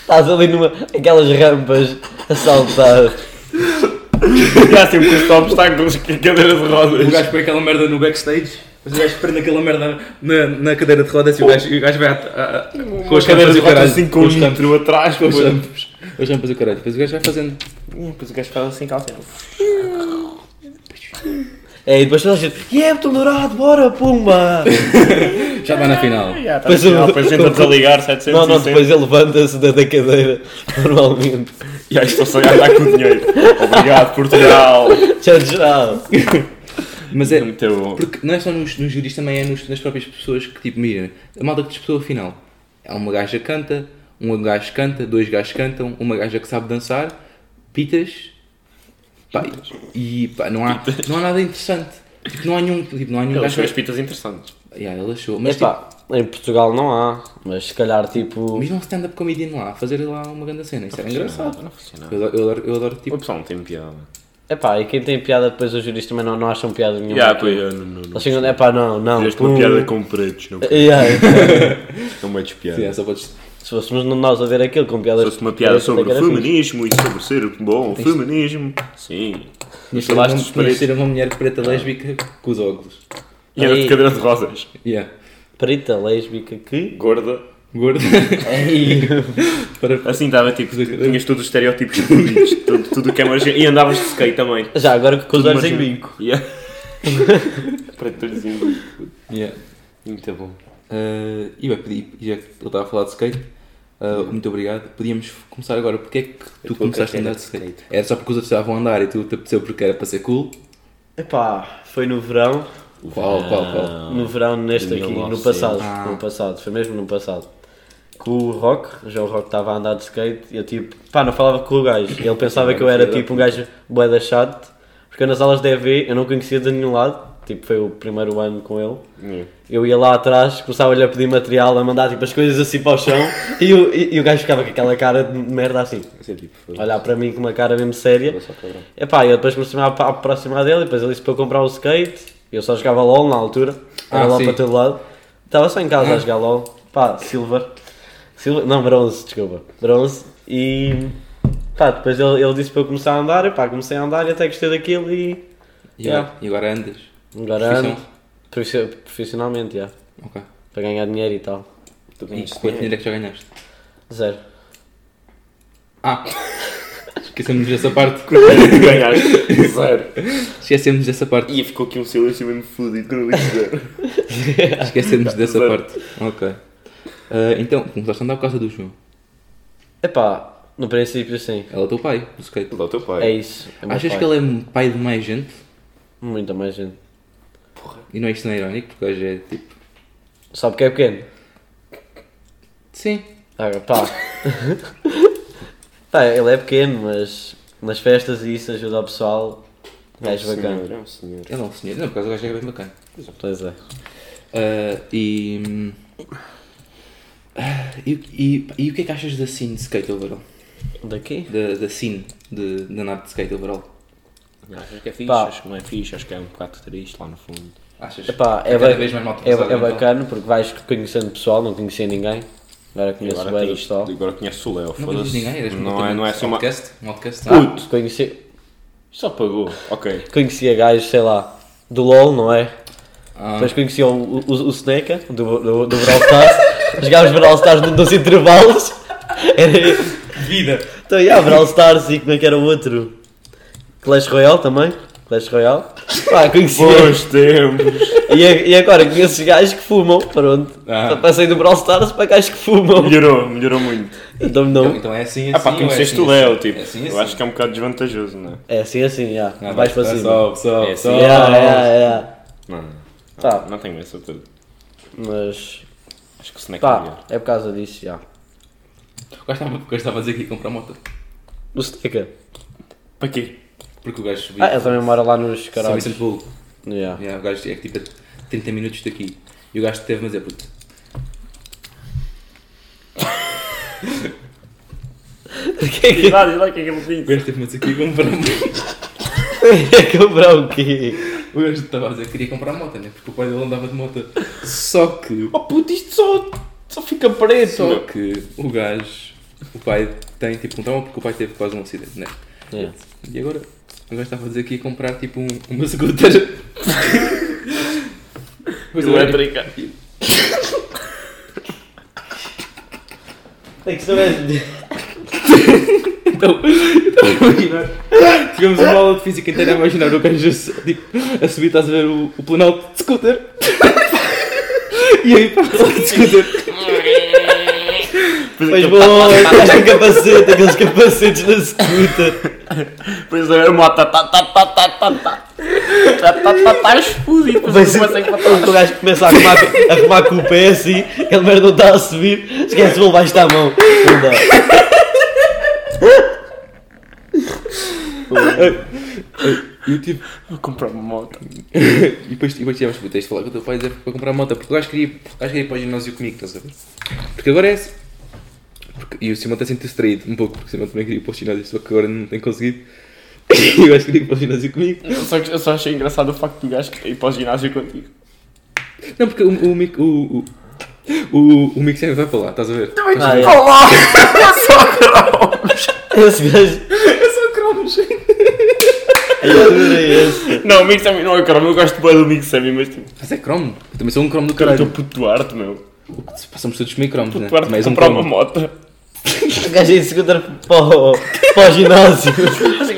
Speaker 3: Estás ali numa. aquelas rampas a saltar.
Speaker 2: Já sempre com os obstáculos com a cadeira de
Speaker 1: O
Speaker 2: rodas.
Speaker 1: gajo põe aquela merda no backstage, mas o gajo prende aquela merda na, na cadeira de rodas e o gajo, e o gajo vai a- a- a- com
Speaker 2: Com
Speaker 1: as
Speaker 2: a cadeira
Speaker 1: cadeiras
Speaker 2: de
Speaker 1: e o caralho.
Speaker 2: rodas assim com
Speaker 1: Com
Speaker 2: um
Speaker 1: os campos.
Speaker 2: metro atrás.
Speaker 1: Com os
Speaker 2: puto.
Speaker 1: campos. Com os campos e o caralho. Depois o gajo vai fazendo.
Speaker 2: Hum, Depois o gajo faz assim calcinha.
Speaker 3: É, e depois toda a gente. Yeah, estou dourado, bora, pumba!
Speaker 1: Já vai na final.
Speaker 2: Já, tá
Speaker 3: Depois
Speaker 2: no final,
Speaker 3: o-
Speaker 2: Depois entra a desligar
Speaker 3: Não, não,
Speaker 2: 700
Speaker 3: depois ele levanta-se da, da cadeira, normalmente.
Speaker 2: E aí estou só a andar com o dinheiro. Obrigado, Portugal.
Speaker 3: Tchau, tchau.
Speaker 1: Mas
Speaker 2: É
Speaker 1: é.
Speaker 2: muito bom.
Speaker 1: Porque não é só nos, nos júris, também é nos- nas próprias pessoas que, tipo, mira, a malta que disputou a final. Há uma gaja que canta, um gajo canta, dois gajos cantam, uma gaja que sabe dançar, pitas. Pá, e pá, não, há, não há nada interessante. Tipo, não há nenhum. Tipo, não há nenhum
Speaker 2: Ele achou as
Speaker 1: gajo.
Speaker 2: pitas interessantes.
Speaker 1: Yeah, ele achou. Mas,
Speaker 3: Mas
Speaker 1: tipo,
Speaker 3: pá, em Portugal não há, mas se calhar tipo.
Speaker 1: mas não um stand-up comedian lá, fazer lá uma grande cena. Isso era engraçado.
Speaker 2: Não funciona.
Speaker 1: Eu adoro, eu adoro, eu adoro, tipo.
Speaker 2: O pessoal não tem piada.
Speaker 3: Epá, e quem tem piada depois os juristas também não, não acham piada nenhuma.
Speaker 2: Yeah, pois, eu não- não- não.
Speaker 3: Eles chegam, epá, não, não. É-
Speaker 2: Fizeste uma
Speaker 3: pum.
Speaker 2: piada com pretos, não,
Speaker 3: Yeah.
Speaker 2: não metes piada.
Speaker 1: Yeah, só podes-
Speaker 3: se fôssemos nós a ver aquilo com piadas.
Speaker 2: Se fosse uma piada
Speaker 3: pretas,
Speaker 2: sobre
Speaker 3: era
Speaker 2: o
Speaker 3: fixe.
Speaker 2: feminismo e sobre ser bom, o feminismo. Sim.
Speaker 1: Tinhas
Speaker 2: Falaste
Speaker 1: de ser uma- tinhas
Speaker 2: dos
Speaker 1: de
Speaker 2: pretos.
Speaker 1: ser uma mulher preta lésbica com os óculos.
Speaker 2: E era
Speaker 3: Aí.
Speaker 2: de cadeira de rosas.
Speaker 1: Yeah.
Speaker 3: Preta lésbica que.
Speaker 2: Gorda.
Speaker 1: Gordo. Para-
Speaker 2: Assim estava tipo, tinhas todos os estereótipos fodidos, tudo, tudo o que é margem. E andavas de skate também.
Speaker 3: Já agora com os
Speaker 2: Tudo
Speaker 3: olhos em
Speaker 2: marginal.
Speaker 3: bico.
Speaker 2: Yeah. Pretores em bico.
Speaker 1: Yeah.
Speaker 2: Muito bom.
Speaker 1: Ah, e vai pedir, e já que ele estava a falar de skate, ah, muito obrigado. Podíamos começar agora. Porquê é que tu
Speaker 2: tua
Speaker 1: começaste a
Speaker 2: carreira
Speaker 1: andar
Speaker 2: de
Speaker 1: de skate? Era só porque os outros estavam a andar e tu te apeteceu porque era para ser cool?
Speaker 3: Epá, foi no verão.
Speaker 1: Qual, qual, qual?
Speaker 3: No verão, neste aqui,
Speaker 2: 1900.
Speaker 3: no passado,
Speaker 1: Ah.
Speaker 3: no passado, foi mesmo no passado. Que o Rock, o João Rock estava a andar de skate e eu tipo, pá, não falava com o gajo. Ele pensava que eu era tipo um gajo bué da chato, porque eu nas aulas de EV eu não conhecia de nenhum lado, tipo, foi o primeiro ano com ele. Eu ia lá atrás, começava-lhe a pedir material, a mandar tipo as coisas assim para o chão e, o- e- e o gajo ficava com aquela cara de merda assim
Speaker 2: Isso é tipo, foi
Speaker 3: olhar para mim com uma cara mesmo séria.
Speaker 2: só cabrão.
Speaker 3: Epá, eu depois comecei a ap- a aproximar dele, depois ele disse para eu comprar o skate. Eu só jogava LOL na altura, era
Speaker 1: Ah,
Speaker 3: LOL
Speaker 1: sim.
Speaker 3: para todo lado. Estava só em casa a jogar LOL. Pá, Silver. Silver não, Bronze, desculpa. Bronze. E pá, depois ele, ele disse para eu começar a andar, epá, comecei a andar e até gostei daquilo e
Speaker 1: E agora-
Speaker 3: Yeah.
Speaker 1: E agora andas?
Speaker 3: agora
Speaker 1: Profissão?
Speaker 3: ando profiss- profissionalmente, já.
Speaker 1: Ok.
Speaker 3: Para ganhar dinheiro e tal.
Speaker 2: Tu
Speaker 1: E
Speaker 2: conheces
Speaker 1: quanto dinheiro é que já ganhaste?
Speaker 3: Zero.
Speaker 1: Ah! Esquecemos dessa parte.
Speaker 2: ganhaste zero.
Speaker 1: Esquecemos dessa parte.
Speaker 2: E ficou aqui um silêncio mesmo fodido que eu não disse zero.
Speaker 1: Esquecemos dessa
Speaker 2: Zero.
Speaker 1: parte. Ok. Ah, então, começaste a andar por causa do João.
Speaker 3: Epá, no princípio sim.
Speaker 1: Ele é o teu pai, do skate.
Speaker 2: Lá o teu
Speaker 3: É
Speaker 2: pai.
Speaker 3: isso. É meu
Speaker 1: Achas
Speaker 3: pai.
Speaker 1: que ele é um pai de mais gente?
Speaker 3: Muita mais gente.
Speaker 1: E não, isto não é irónico, porque hoje é tipo.
Speaker 3: Só porque é pequeno.
Speaker 1: Sim.
Speaker 3: Ah, pá. Pá, ele é pequeno, mas nas festas e isso ajuda o pessoal.
Speaker 2: É um
Speaker 3: És bacana.
Speaker 2: senhor, É um senhor.
Speaker 1: Ele é um senhor. Não, por causa do gajo é bem bacana.
Speaker 3: Pois é.
Speaker 1: Ah, e, hum, ah, e, e, e o que é que achas da scene de skate overall?
Speaker 3: Daqui?
Speaker 1: Da, da scene de, de andar de skate overall?
Speaker 2: Achas que é fixe?
Speaker 3: Pá.
Speaker 2: Acho que não é fixe, acho que é um bocado triste lá no fundo.
Speaker 1: Achas?
Speaker 3: Epá, é,
Speaker 1: Cada
Speaker 3: ba-
Speaker 1: vez mais malta
Speaker 3: é,
Speaker 1: que sabe,
Speaker 3: é
Speaker 1: então.
Speaker 3: bacana porque vais reconhecendo pessoal, não conhecia ninguém. Agora
Speaker 2: E
Speaker 3: conheço
Speaker 2: agora,
Speaker 3: bem o
Speaker 2: tens,
Speaker 3: pessoal.
Speaker 2: agora conheces o Léo,
Speaker 1: não conheces
Speaker 2: foda-se.
Speaker 1: ninguém? Eres
Speaker 2: Não é, não é assim uma.
Speaker 1: podcast? Um podcast? Ah,
Speaker 2: Puto!
Speaker 3: Conheci,
Speaker 2: Só pagou. Ok.
Speaker 3: conhecia gajos, sei lá, do LOL, não é?
Speaker 1: ah,
Speaker 3: Depois conhecia o, o, o Sneca, do, do, do Brawl Stars. Jogávamos Brawl Stars num dos intervalos. Era,
Speaker 1: vida!
Speaker 3: Então, yeah, Brawl Stars e como é que era o outro? Clash Royale também? Clash Royale? Pá, conheci.
Speaker 2: Bons tempos!
Speaker 3: E, a- e agora conheço gajos que fumam, pronto.
Speaker 1: Ah.
Speaker 3: Só Passei do Brawl Stars para gajos que fumam.
Speaker 2: Melhorou, melhorou muito.
Speaker 1: Então,
Speaker 3: Então não.
Speaker 1: então é assim, assim.
Speaker 2: Ah pá,
Speaker 1: ou
Speaker 2: conheceste
Speaker 1: assim,
Speaker 2: o Léo,
Speaker 1: assim?
Speaker 2: tipo.
Speaker 1: É assim,
Speaker 2: Eu acho que é um bocado desvantajoso, não é?
Speaker 3: É assim, assim, já.
Speaker 1: Ah,
Speaker 3: Vais para
Speaker 1: vai,
Speaker 3: cima.
Speaker 1: Sobe, sobe,
Speaker 2: É assim.
Speaker 1: sobe.
Speaker 3: Yeah, yeah, yeah.
Speaker 2: Não, não.
Speaker 3: Tá.
Speaker 2: Não tem essa toda.
Speaker 3: Mas,
Speaker 2: Acho que o Snack é
Speaker 3: pá,
Speaker 2: melhor.
Speaker 3: é por causa disso, já.
Speaker 1: O gajo estava- o gajo estava a dizer que ia comprar moto.
Speaker 3: O Sneca.
Speaker 2: Para quê?
Speaker 1: Porque o gajo subia.
Speaker 3: Ah, ele também mora lá nos
Speaker 1: São
Speaker 3: caralhos.
Speaker 1: Vicente Paulo.
Speaker 3: Yeah.
Speaker 1: Yeah, o gajo é que tipo a 30 minutos daqui. E o gajo teve, mas é puto.
Speaker 3: Quem é
Speaker 2: Cuidado, olha o que é que ele
Speaker 1: O
Speaker 2: disse.
Speaker 1: gajo teve, mas aqui ia comprar moto.
Speaker 3: que é que comprar o quê?
Speaker 1: O gajo estava a dizer que queria comprar moto, né? Porque o pai dele andava de moto. Só que.
Speaker 2: Oh puto, isto só, só fica preto.
Speaker 1: Só que o gajo. O pai tem tipo um trauma porque o pai teve quase um acidente, né?
Speaker 3: Yeah.
Speaker 1: E agora? O gajo estava a dizer que ia comprar tipo um, uma scooter. Pois agora-
Speaker 2: Elétrica.
Speaker 3: Tem que saber.
Speaker 1: Então, então imagina. Tivemos uma aula de física inteira a imaginar o gajo a, su- tipo, a subir, estás a ver o, o planalto de scooter. E aí, pá, de scooter.
Speaker 3: Pois bom, aquele capacete, aqueles capacetes na scooter.
Speaker 2: Pois é, era moto. Tá, tá, tá, tá, tá, tá, tá. Tá, tá, tá, tá, explodido. Pois
Speaker 3: Mas
Speaker 2: eu
Speaker 3: o,
Speaker 2: comecei a botar-
Speaker 3: o gajo começa a arrumar, a arrumar com o pé assim, aquele merda não está a subir, esquece, ele baixo da mão. Não dá.
Speaker 1: E eu tive.
Speaker 2: Vou comprar uma moto.
Speaker 1: E depois, e depois tivemos que tens de falar com o teu pai e dizer para comprar a moto, porque o gajo queria, o gajo queria ir para o ginásio comigo, estás a ver? Porque agora é. esse. Porque- e o Simão até sente-se traído um pouco, porque o Simão também queria ir para o ginásio, só que agora não tem conseguido. E o gajo queria ir para o ginásio comigo.
Speaker 2: Só que eu só achei engraçado o facto do gajo que ir para o ginásio contigo.
Speaker 1: Não, porque o, o, Mick- o, o, o, o Mick sempre vai para lá, estás a ver?
Speaker 3: Ah, é. Esse gajo.
Speaker 1: É só cromos!
Speaker 3: Eu adorei é esse.
Speaker 2: Não, o Mick Sammy não é cromo, eu gosto bem do Mick Sammy, mas tipo,
Speaker 1: Mas é cromo? Eu também sou um cromo do
Speaker 2: cara, tu
Speaker 1: caralho.
Speaker 2: puto Duarte, meu.
Speaker 1: Passamos todos meio cromos, né?
Speaker 2: Puto Duarte
Speaker 1: Mas um
Speaker 2: comprar uma
Speaker 1: cromo.
Speaker 2: moto.
Speaker 3: O gajo é em segunda para o, para o ginásio.
Speaker 2: Assim,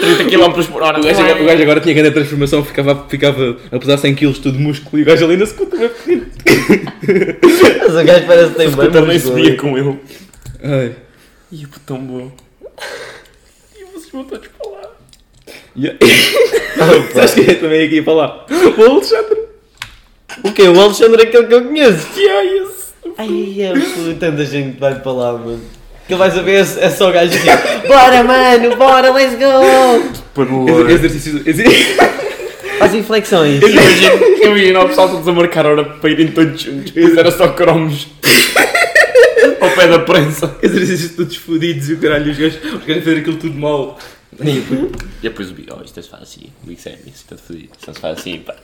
Speaker 2: 30 km por hora. é?
Speaker 1: O gajo, agora- o gajo agora tinha grande transformação, ficava, ficava a pesar 100kg tudo músculo e o gajo ali na né? segunda também pequeno.
Speaker 3: Mas o gajo parece que tem bem
Speaker 2: Eu também
Speaker 3: músculo.
Speaker 2: subia com ele.
Speaker 1: Ai.
Speaker 2: E o botão bom. E vocês vão todos para lá.
Speaker 1: Yeah.
Speaker 3: Ah, pá.
Speaker 1: Sabes que é também aqui para lá? O Alexandre.
Speaker 3: O quê? O Alexandre é aquele que eu conheço.
Speaker 2: Que é isso?
Speaker 3: Ai, é puto, tanta gente vai para lá, mano. Que vais a ver é só o gajo assim. Bora, mano, bora, let's go!
Speaker 1: Ex- Exercícios. exer-
Speaker 3: Faz inflexões.
Speaker 2: Eu imagino, eu imagino o pessoal todos a marcar a hora para irem todos juntos. Mas era só cromos. Ao pé da prensa.
Speaker 1: Exercícios todos fodidos e o caralho, os gajos os gajos a fazer aquilo tudo mal.
Speaker 2: E depois o Bi, oh, isto se faz assim. O Big Sam, isto está fodido. Isto se faz assim, pá.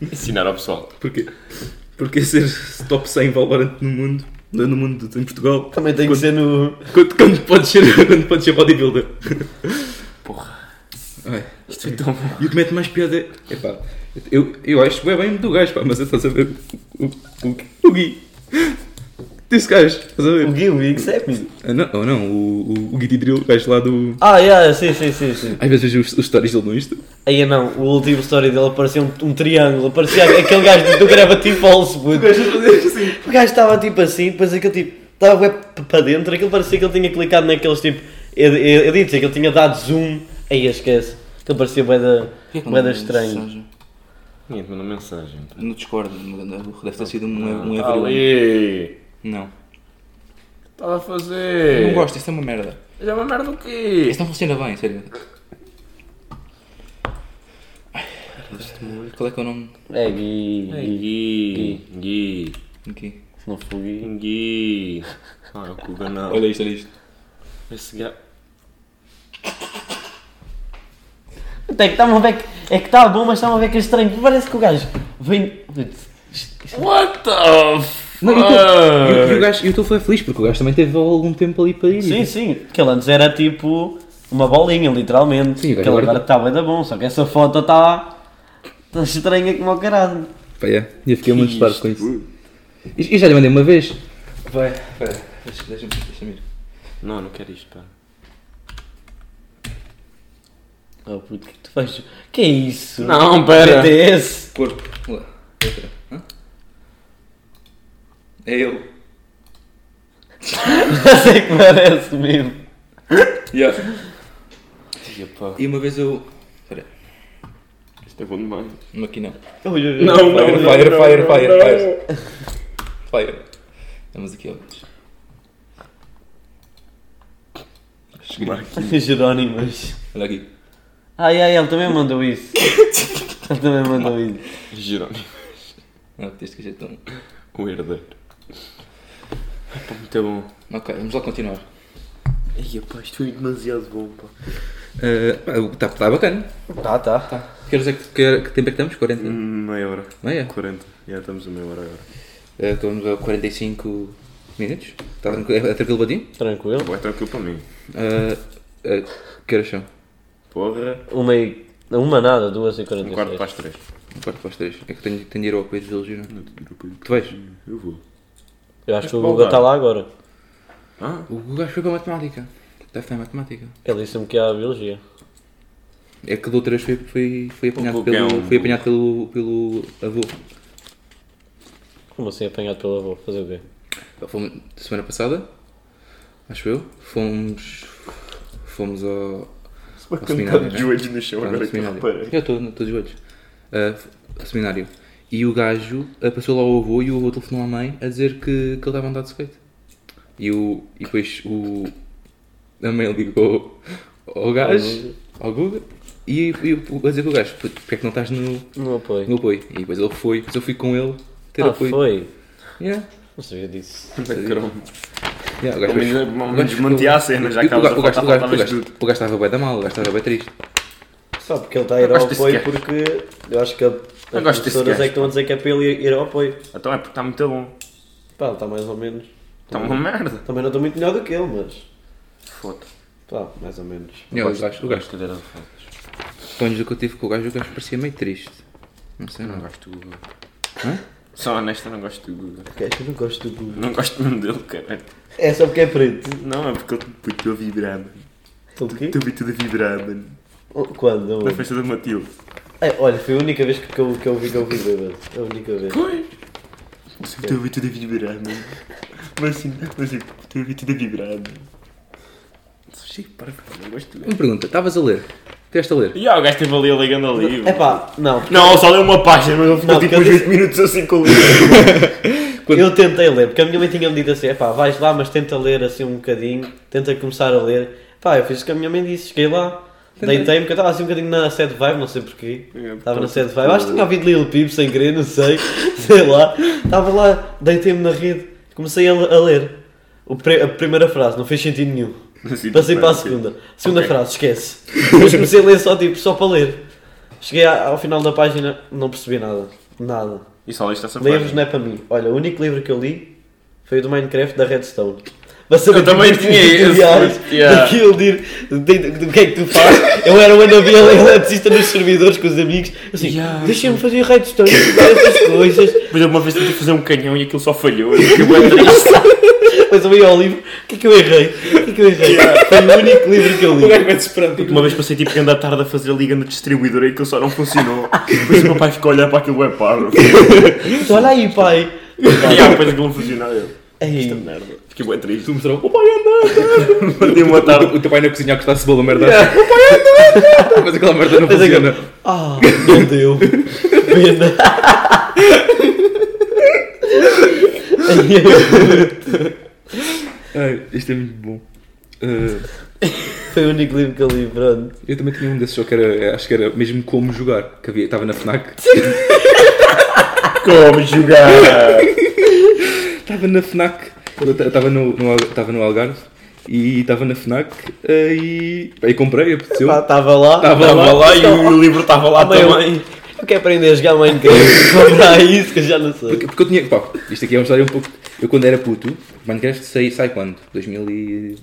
Speaker 2: Ensinar ao pessoal.
Speaker 1: Porquê? Porque ser top 100 valorante no mundo, é no mundo, em Portugal,
Speaker 3: Também tem que ser no.
Speaker 1: quando, quando podes ser, quando podes ser bodybuilder.
Speaker 2: Porra.
Speaker 1: Ai.
Speaker 2: Isto é tão bom.
Speaker 1: E o que mete mais piada é. Epá, eu, eu acho bem bem do gajo, pá, mas estás a ver o, o, o Gui. Desse gajo, estás a ver?
Speaker 3: O Gui, o Gui, que sabe?
Speaker 1: Ah, não, ou não, o, o, o Gui Tidril, o gajo lá do.
Speaker 3: Ah, yeah, sim, sim, sim, sim.
Speaker 1: Às vezes vejo os, os stories dele é no Insta.
Speaker 3: Aí não, o último story dele apareceu um, um triângulo, parecia aquele gajo do Gravity Falls, puto. O gajo estava tipo assim, depois aquele tipo, estava bué p- para dentro, aquilo parecia que ele tinha clicado naqueles tipo, eu, eu, eu disse que ele tinha dado zoom, aí eu esquece, aquilo parecia bué da, bué da estranho.
Speaker 2: Ninguém te mandou mensagem. Tá
Speaker 4: No Discord, deve ter sido um, um
Speaker 2: é
Speaker 4: everyone.
Speaker 2: Ali!
Speaker 4: Não.
Speaker 2: Estava a fazer.
Speaker 4: Não gosto, isso é uma merda.
Speaker 2: Mas é uma merda o quê?
Speaker 4: Isso não funciona bem, sério. Ai, Qual é que é o nome
Speaker 3: É, Gui, Gui,
Speaker 2: Gui. Gui.
Speaker 4: aqui?
Speaker 3: não fui.
Speaker 2: Gui. Não
Speaker 3: Ah,
Speaker 2: é o Cuba, não.
Speaker 4: Olha isto, olha isto.
Speaker 2: Esse gajo.
Speaker 3: Até que estava a ver, que- é que estava bom, mas estava a ver que é estranho, parece que o gajo vem...
Speaker 2: What the fuck?
Speaker 1: Não, e o teu- e o- e o gajo- e o teu foi feliz, porque o gajo também teve algum tempo ali para ir.
Speaker 3: Sim, sim, aquele antes era tipo uma bolinha, literalmente,
Speaker 1: Sim,
Speaker 3: aquele
Speaker 1: agora-
Speaker 3: agora está bué da bom, só que essa foto está... Está estranha como o caralho.
Speaker 1: Pá, é, e eu fiquei muito disparado com isso. E, e já lhe mandei uma vez.
Speaker 4: Vai, espera. Deixa-me deixa ir.
Speaker 2: Não, não quero isto, pá.
Speaker 3: Oh puto, o que tu fazes? Que é isso?
Speaker 2: Não, pera.
Speaker 3: BTS?
Speaker 4: Corpo. Vamos lá. Outra. Hã? É ele.
Speaker 3: Mas é que parece mesmo.
Speaker 4: Yeah.
Speaker 2: Tia, pá.
Speaker 4: E uma vez eu. Espera.
Speaker 2: Isto é bom demais.
Speaker 4: Não, Aqui não.
Speaker 2: Não,
Speaker 1: Fire,
Speaker 2: não,
Speaker 1: fire,
Speaker 2: não,
Speaker 1: fire,
Speaker 2: não,
Speaker 1: fire,
Speaker 2: não.
Speaker 1: fire.
Speaker 4: Fire. Vamos aqui, ó. Cheguei.
Speaker 3: Jerónimos.
Speaker 4: Olha aqui.
Speaker 3: Ai ai, ele também mandou isso. Ele também mandou isso.
Speaker 2: Jerónimo.
Speaker 4: Não, tens que ser tão.
Speaker 2: O herdeiro. Ai, pá, Muito bom.
Speaker 4: Ok, vamos lá continuar.
Speaker 2: Ai, pá, isto foi demasiado bom, pá.
Speaker 1: Eh, Está bacana.
Speaker 3: Tá, tá.
Speaker 1: Queres dizer que, que, que tempo é que estamos? 40?
Speaker 4: Hum.
Speaker 2: Meia hora.
Speaker 1: Meia?
Speaker 2: 40. Já estamos a meia hora agora.
Speaker 1: Eh, Estamos a 45 minutos. Está tranquilo,
Speaker 4: eh,
Speaker 1: é tranquilo para ti?
Speaker 3: Tranquilo.
Speaker 2: Vai tranquilo então para mim.
Speaker 1: Eh, eh, que horas são?
Speaker 2: Porra.
Speaker 3: Uma e... Um Uma nada, duas e
Speaker 2: Um quarto para as
Speaker 3: 46.
Speaker 2: três.
Speaker 1: Um quarto para as três. É que tenho, tenho de ir ao apoio deles, juro. Tu vais?
Speaker 2: Eu vou.
Speaker 3: Eu acho que o
Speaker 2: Bom,
Speaker 3: Guga está
Speaker 2: cara.
Speaker 3: lá agora.
Speaker 2: Ah,
Speaker 1: O gajo foi para a matemática. Deve estar em matemática.
Speaker 3: Ele disse-me que há a biologia.
Speaker 1: É que de outra vez foi, foi, foi apanhado,
Speaker 2: O Guga é
Speaker 1: pelo,
Speaker 2: um-
Speaker 1: foi apanhado pelo, pelo avô.
Speaker 3: Como assim apanhado pelo avô? Fazer o quê?
Speaker 1: Fomos, semana passada, acho eu, fomos, fomos ao,
Speaker 2: se vai
Speaker 1: ao
Speaker 2: cantar
Speaker 1: seminário.
Speaker 2: de
Speaker 1: né?
Speaker 2: joelhos no chão
Speaker 1: Tá,
Speaker 2: agora
Speaker 1: no
Speaker 2: que eu
Speaker 1: seminário.
Speaker 2: reparei.
Speaker 1: Eu estou, estou de joelhos. Ah, f-
Speaker 4: é?
Speaker 1: ao seminário. E o gajo
Speaker 4: eh,
Speaker 1: ah, passou lá ao avô e o avô telefonou à mãe a dizer que, que ele estava a andar de skate. E, o, e depois o,
Speaker 4: a mãe ligou ao, ao gajo, ao Guga, e, e eu a dizer com o gajo, "Puto, porque é que não estás no,
Speaker 3: Não apoio.
Speaker 4: no apoio? E depois ele foi, depois eu fui com ele ter
Speaker 3: ah,
Speaker 4: apoio.
Speaker 3: foi.
Speaker 4: Yeah.
Speaker 3: Não sabia disso.
Speaker 4: Yeah, o
Speaker 2: Ao
Speaker 4: gajo-
Speaker 2: menos-
Speaker 4: o
Speaker 2: ao
Speaker 4: gajo
Speaker 2: menos
Speaker 4: ficou-
Speaker 2: mantinha a cena, já
Speaker 4: o
Speaker 2: que estavas
Speaker 4: gajo-
Speaker 2: a
Speaker 4: o gajo-
Speaker 2: faltar,
Speaker 4: o gajo-
Speaker 2: faltavas
Speaker 4: o gajo- O gajo estava bem da mal, o gajo estava bem triste.
Speaker 3: Só porque ele está a ir
Speaker 2: Eu
Speaker 3: ao
Speaker 2: gosto desse
Speaker 3: apoio
Speaker 2: gajo.
Speaker 3: porque eu acho que a-
Speaker 2: Eu gosto
Speaker 3: as
Speaker 2: desse
Speaker 3: professoras
Speaker 2: gajo.
Speaker 3: é que estão a dizer que é para ele ir ir ao apoio.
Speaker 2: Então é porque está muito bom.
Speaker 3: Pá, ele está mais ou menos.
Speaker 2: Está uma merda.
Speaker 3: Também não estou muito melhor do que ele, mas.
Speaker 2: Foda-se.
Speaker 3: Pá, mais ou menos.
Speaker 4: Yeah, O gajo, o gajo,
Speaker 2: cadeira de rodas.
Speaker 4: depois do que eu tive com o gajo, o gajo parecia meio triste. Não sei
Speaker 2: Não
Speaker 4: não.
Speaker 2: gosto do Google.
Speaker 4: Hã?
Speaker 2: Só honesta, não gosto do Google.
Speaker 3: Ok, eu não gosto do Google.
Speaker 2: Não gosto mesmo dele, caralho.
Speaker 3: É só porque é preto.
Speaker 2: Não, é porque eu puto, estou a vibrar, mano.
Speaker 3: Então, o quê?
Speaker 2: Estou a tudo a vibrar, mano.
Speaker 3: Oh, Quando?
Speaker 2: Na
Speaker 3: Onde?
Speaker 2: festa da Matilde.
Speaker 3: Ai, olha, foi a única vez que eu, que eu vi que eu vi bêbado. A única vez.
Speaker 2: Pois! Estou a tudo a vibrar, mano. Mas sim, mas sim, estou a tudo a vibrar, mano. Chego para cá, não gosto dele.
Speaker 4: Uma pergunta, estavas a ler? Estiveste a ler?
Speaker 2: E ah, o gajo esteve ali ligando ali. mano.
Speaker 3: É pá, não.
Speaker 2: Não, só deu uma página, mas ele ficou
Speaker 3: Não,
Speaker 2: tipo
Speaker 3: porque
Speaker 2: uns
Speaker 3: eu
Speaker 2: 20 minutos assim com o livro.
Speaker 3: Eu tentei ler, porque a minha mãe tinha-me dito assim: é pá, vais lá, mas tenta ler assim um bocadinho, tenta começar a ler. Pá, eu fiz o que a minha mãe disse, cheguei lá, deitei-me, porque eu estava assim um bocadinho na sad vibe, não sei porquê.
Speaker 2: É,
Speaker 3: Estava na sad vibe, acho que tinha ouvido Lil Peep sem querer, não sei, sei lá. Estava lá, deitei-me na rede, comecei a, le- a ler. O pre- a primeira frase, não fez sentido nenhum.
Speaker 2: Assim,
Speaker 3: Passei
Speaker 2: tipo,
Speaker 3: para a
Speaker 2: assim.
Speaker 3: segunda. Segunda
Speaker 2: Ok.
Speaker 3: frase, esquece. Depois comecei a ler só tipo, só para ler. Cheguei à- ao final da página, não percebi nada. Nada.
Speaker 2: E só leste essa
Speaker 3: Livros
Speaker 2: página.
Speaker 3: não é para mim. Olha, o único livro que eu li foi o do Minecraft da Redstone. Mas saber
Speaker 2: Eu também
Speaker 3: tipo,
Speaker 2: tinha esse,
Speaker 3: tutoriais
Speaker 2: mas- yeah.
Speaker 3: daquilo de ir, de- de- do que é que tu fazes. Eu era o Anabela eletricista nos servidores com os amigos. Assim, deixa-me fazer Redstone, essas coisas.
Speaker 2: Mas eu uma vez tentei fazer um canhão e aquilo só falhou. Eu fiquei bué triste.
Speaker 3: Depois eu ia ao livro, o que é que eu errei? O que é que eu errei? Foi o único livro que eu li.
Speaker 4: vai desesperando.
Speaker 2: Uma vez passei tipo grande à tarde a fazer a liga na distribuidora e aquilo só não funcionou. Depois o meu pai ficou a olhar para aquilo é parvo.
Speaker 3: Então, olha aí, pai.
Speaker 2: E ah, depois aquilo não funcionou. Eu,
Speaker 3: Ei,
Speaker 2: merda. Fiquei bué triste.
Speaker 4: Tu mostrou, o pai anda!
Speaker 2: Mandei uma tarde.
Speaker 4: O teu pai na cozinha a gostar de cebola, merda. O pai anda! anda! Mas aquela merda não
Speaker 3: Mas é que-
Speaker 4: funciona.
Speaker 3: ah, não deu. Pena. Ai, eu-
Speaker 4: Ai, isto é muito bom. Ah,
Speaker 3: Foi o único livro que eu li, pronto.
Speaker 4: eu também tinha um desses jogo que era, acho que era mesmo como jogar, que havia, estava na FNAC.
Speaker 2: Como jogar?
Speaker 4: Estava na FNAC, eu ta- estava no, no, Al- estava no Algarve e estava na FNAC eh, e, aí comprei, apeteceu.
Speaker 3: Estava lá.
Speaker 4: Estava
Speaker 2: Estava lá,
Speaker 4: lá.
Speaker 2: e o livro estava lá
Speaker 3: Ah, mãe,
Speaker 2: também.
Speaker 3: mãe, eu quero aprender a jogar Minecraft. Comprar isso que eu já não sei.
Speaker 4: Porque, porque eu tinha. Pá, isto aqui é uma história um pouco. Eu quando era puto, Minecraft sai, sai quando? 2010?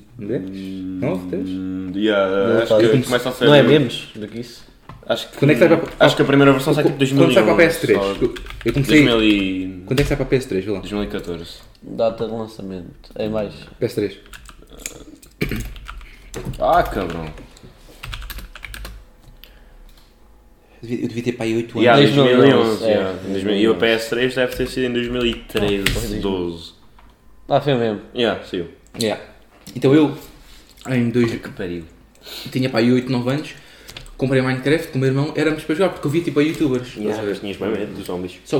Speaker 4: 9? 10?
Speaker 2: Hum, yeah, acho
Speaker 3: faz.
Speaker 2: que começa a ser.
Speaker 3: Não é menos do que isso?
Speaker 2: Acho que,
Speaker 4: tá, Quando é que sai para-
Speaker 2: acho que a primeira versão sai tipo 2001.
Speaker 4: Quando sai para a
Speaker 2: só.
Speaker 4: PS3? Eu- Eu comecei.
Speaker 2: 2000 e-
Speaker 4: Quando é que sai para a PS3? Vê lá.
Speaker 2: 2014.
Speaker 3: Data de lançamento. É mais.
Speaker 4: PS3.
Speaker 2: Ah, cabrão.
Speaker 4: Eu devia- eu devia ter para aí 8
Speaker 2: Yeah,
Speaker 3: 2011,
Speaker 2: 2011,
Speaker 3: é,
Speaker 2: yeah. 2000. E o PS3 deve ter sido em 2013, 12.
Speaker 3: Ah, foi mesmo.
Speaker 2: Yeah, saiu.
Speaker 4: Yeah. Então eu, em dois,
Speaker 2: Que perigo.
Speaker 4: tinha para aí 8, 9 anos, comprei Minecraft com o meu irmão, éramos para jogar, porque eu via tipo a youtubers. estás a ver?
Speaker 2: Mas tinhas bem medo dos zombies.
Speaker 4: Só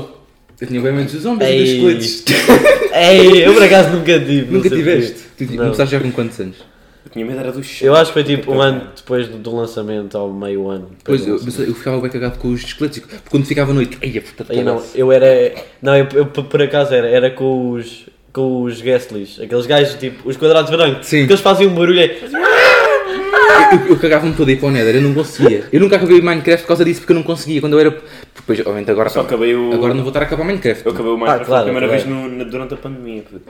Speaker 4: que eu tinha bem menos os homens
Speaker 3: Ei.
Speaker 4: e dos coletes.
Speaker 3: Ei, eu por acaso nunca tive. não
Speaker 4: Nunca
Speaker 3: sei porquê.
Speaker 4: tiveste. Tu ti-
Speaker 3: Não.
Speaker 4: começaste já com quantos anos?
Speaker 2: Eu tinha medo era do chão.
Speaker 3: Eu acho que foi tipo um ano depois do, do lançamento, ao meio ano. depois
Speaker 4: Pois,
Speaker 3: do
Speaker 4: eu,
Speaker 3: lançamento.
Speaker 4: mas eu ficava bem cagado com os esqueletos. Porque quando ficava à noite, ai, é puta de
Speaker 3: Aí não,
Speaker 4: cagaço.
Speaker 3: eu era. Não, eu, eu por por acaso era, era com os. com os Gastlys, aqueles gajos tipo, os quadrados brancos,
Speaker 4: Sim.
Speaker 3: que eles faziam um barulho é.
Speaker 4: Eu, eu cagava-me todo aí para o Nether, eu não conseguia. Eu nunca acabei Minecraft por causa disso, porque eu não conseguia. Quando eu era. Depois, obviamente, agora.
Speaker 2: Só acabei o-
Speaker 4: Agora não vou estar a acabar Minecraft.
Speaker 2: Eu acabei o Minecraft
Speaker 3: Ah, claro,
Speaker 2: pela primeira
Speaker 3: claro.
Speaker 2: vez no- na- durante a pandemia, puto.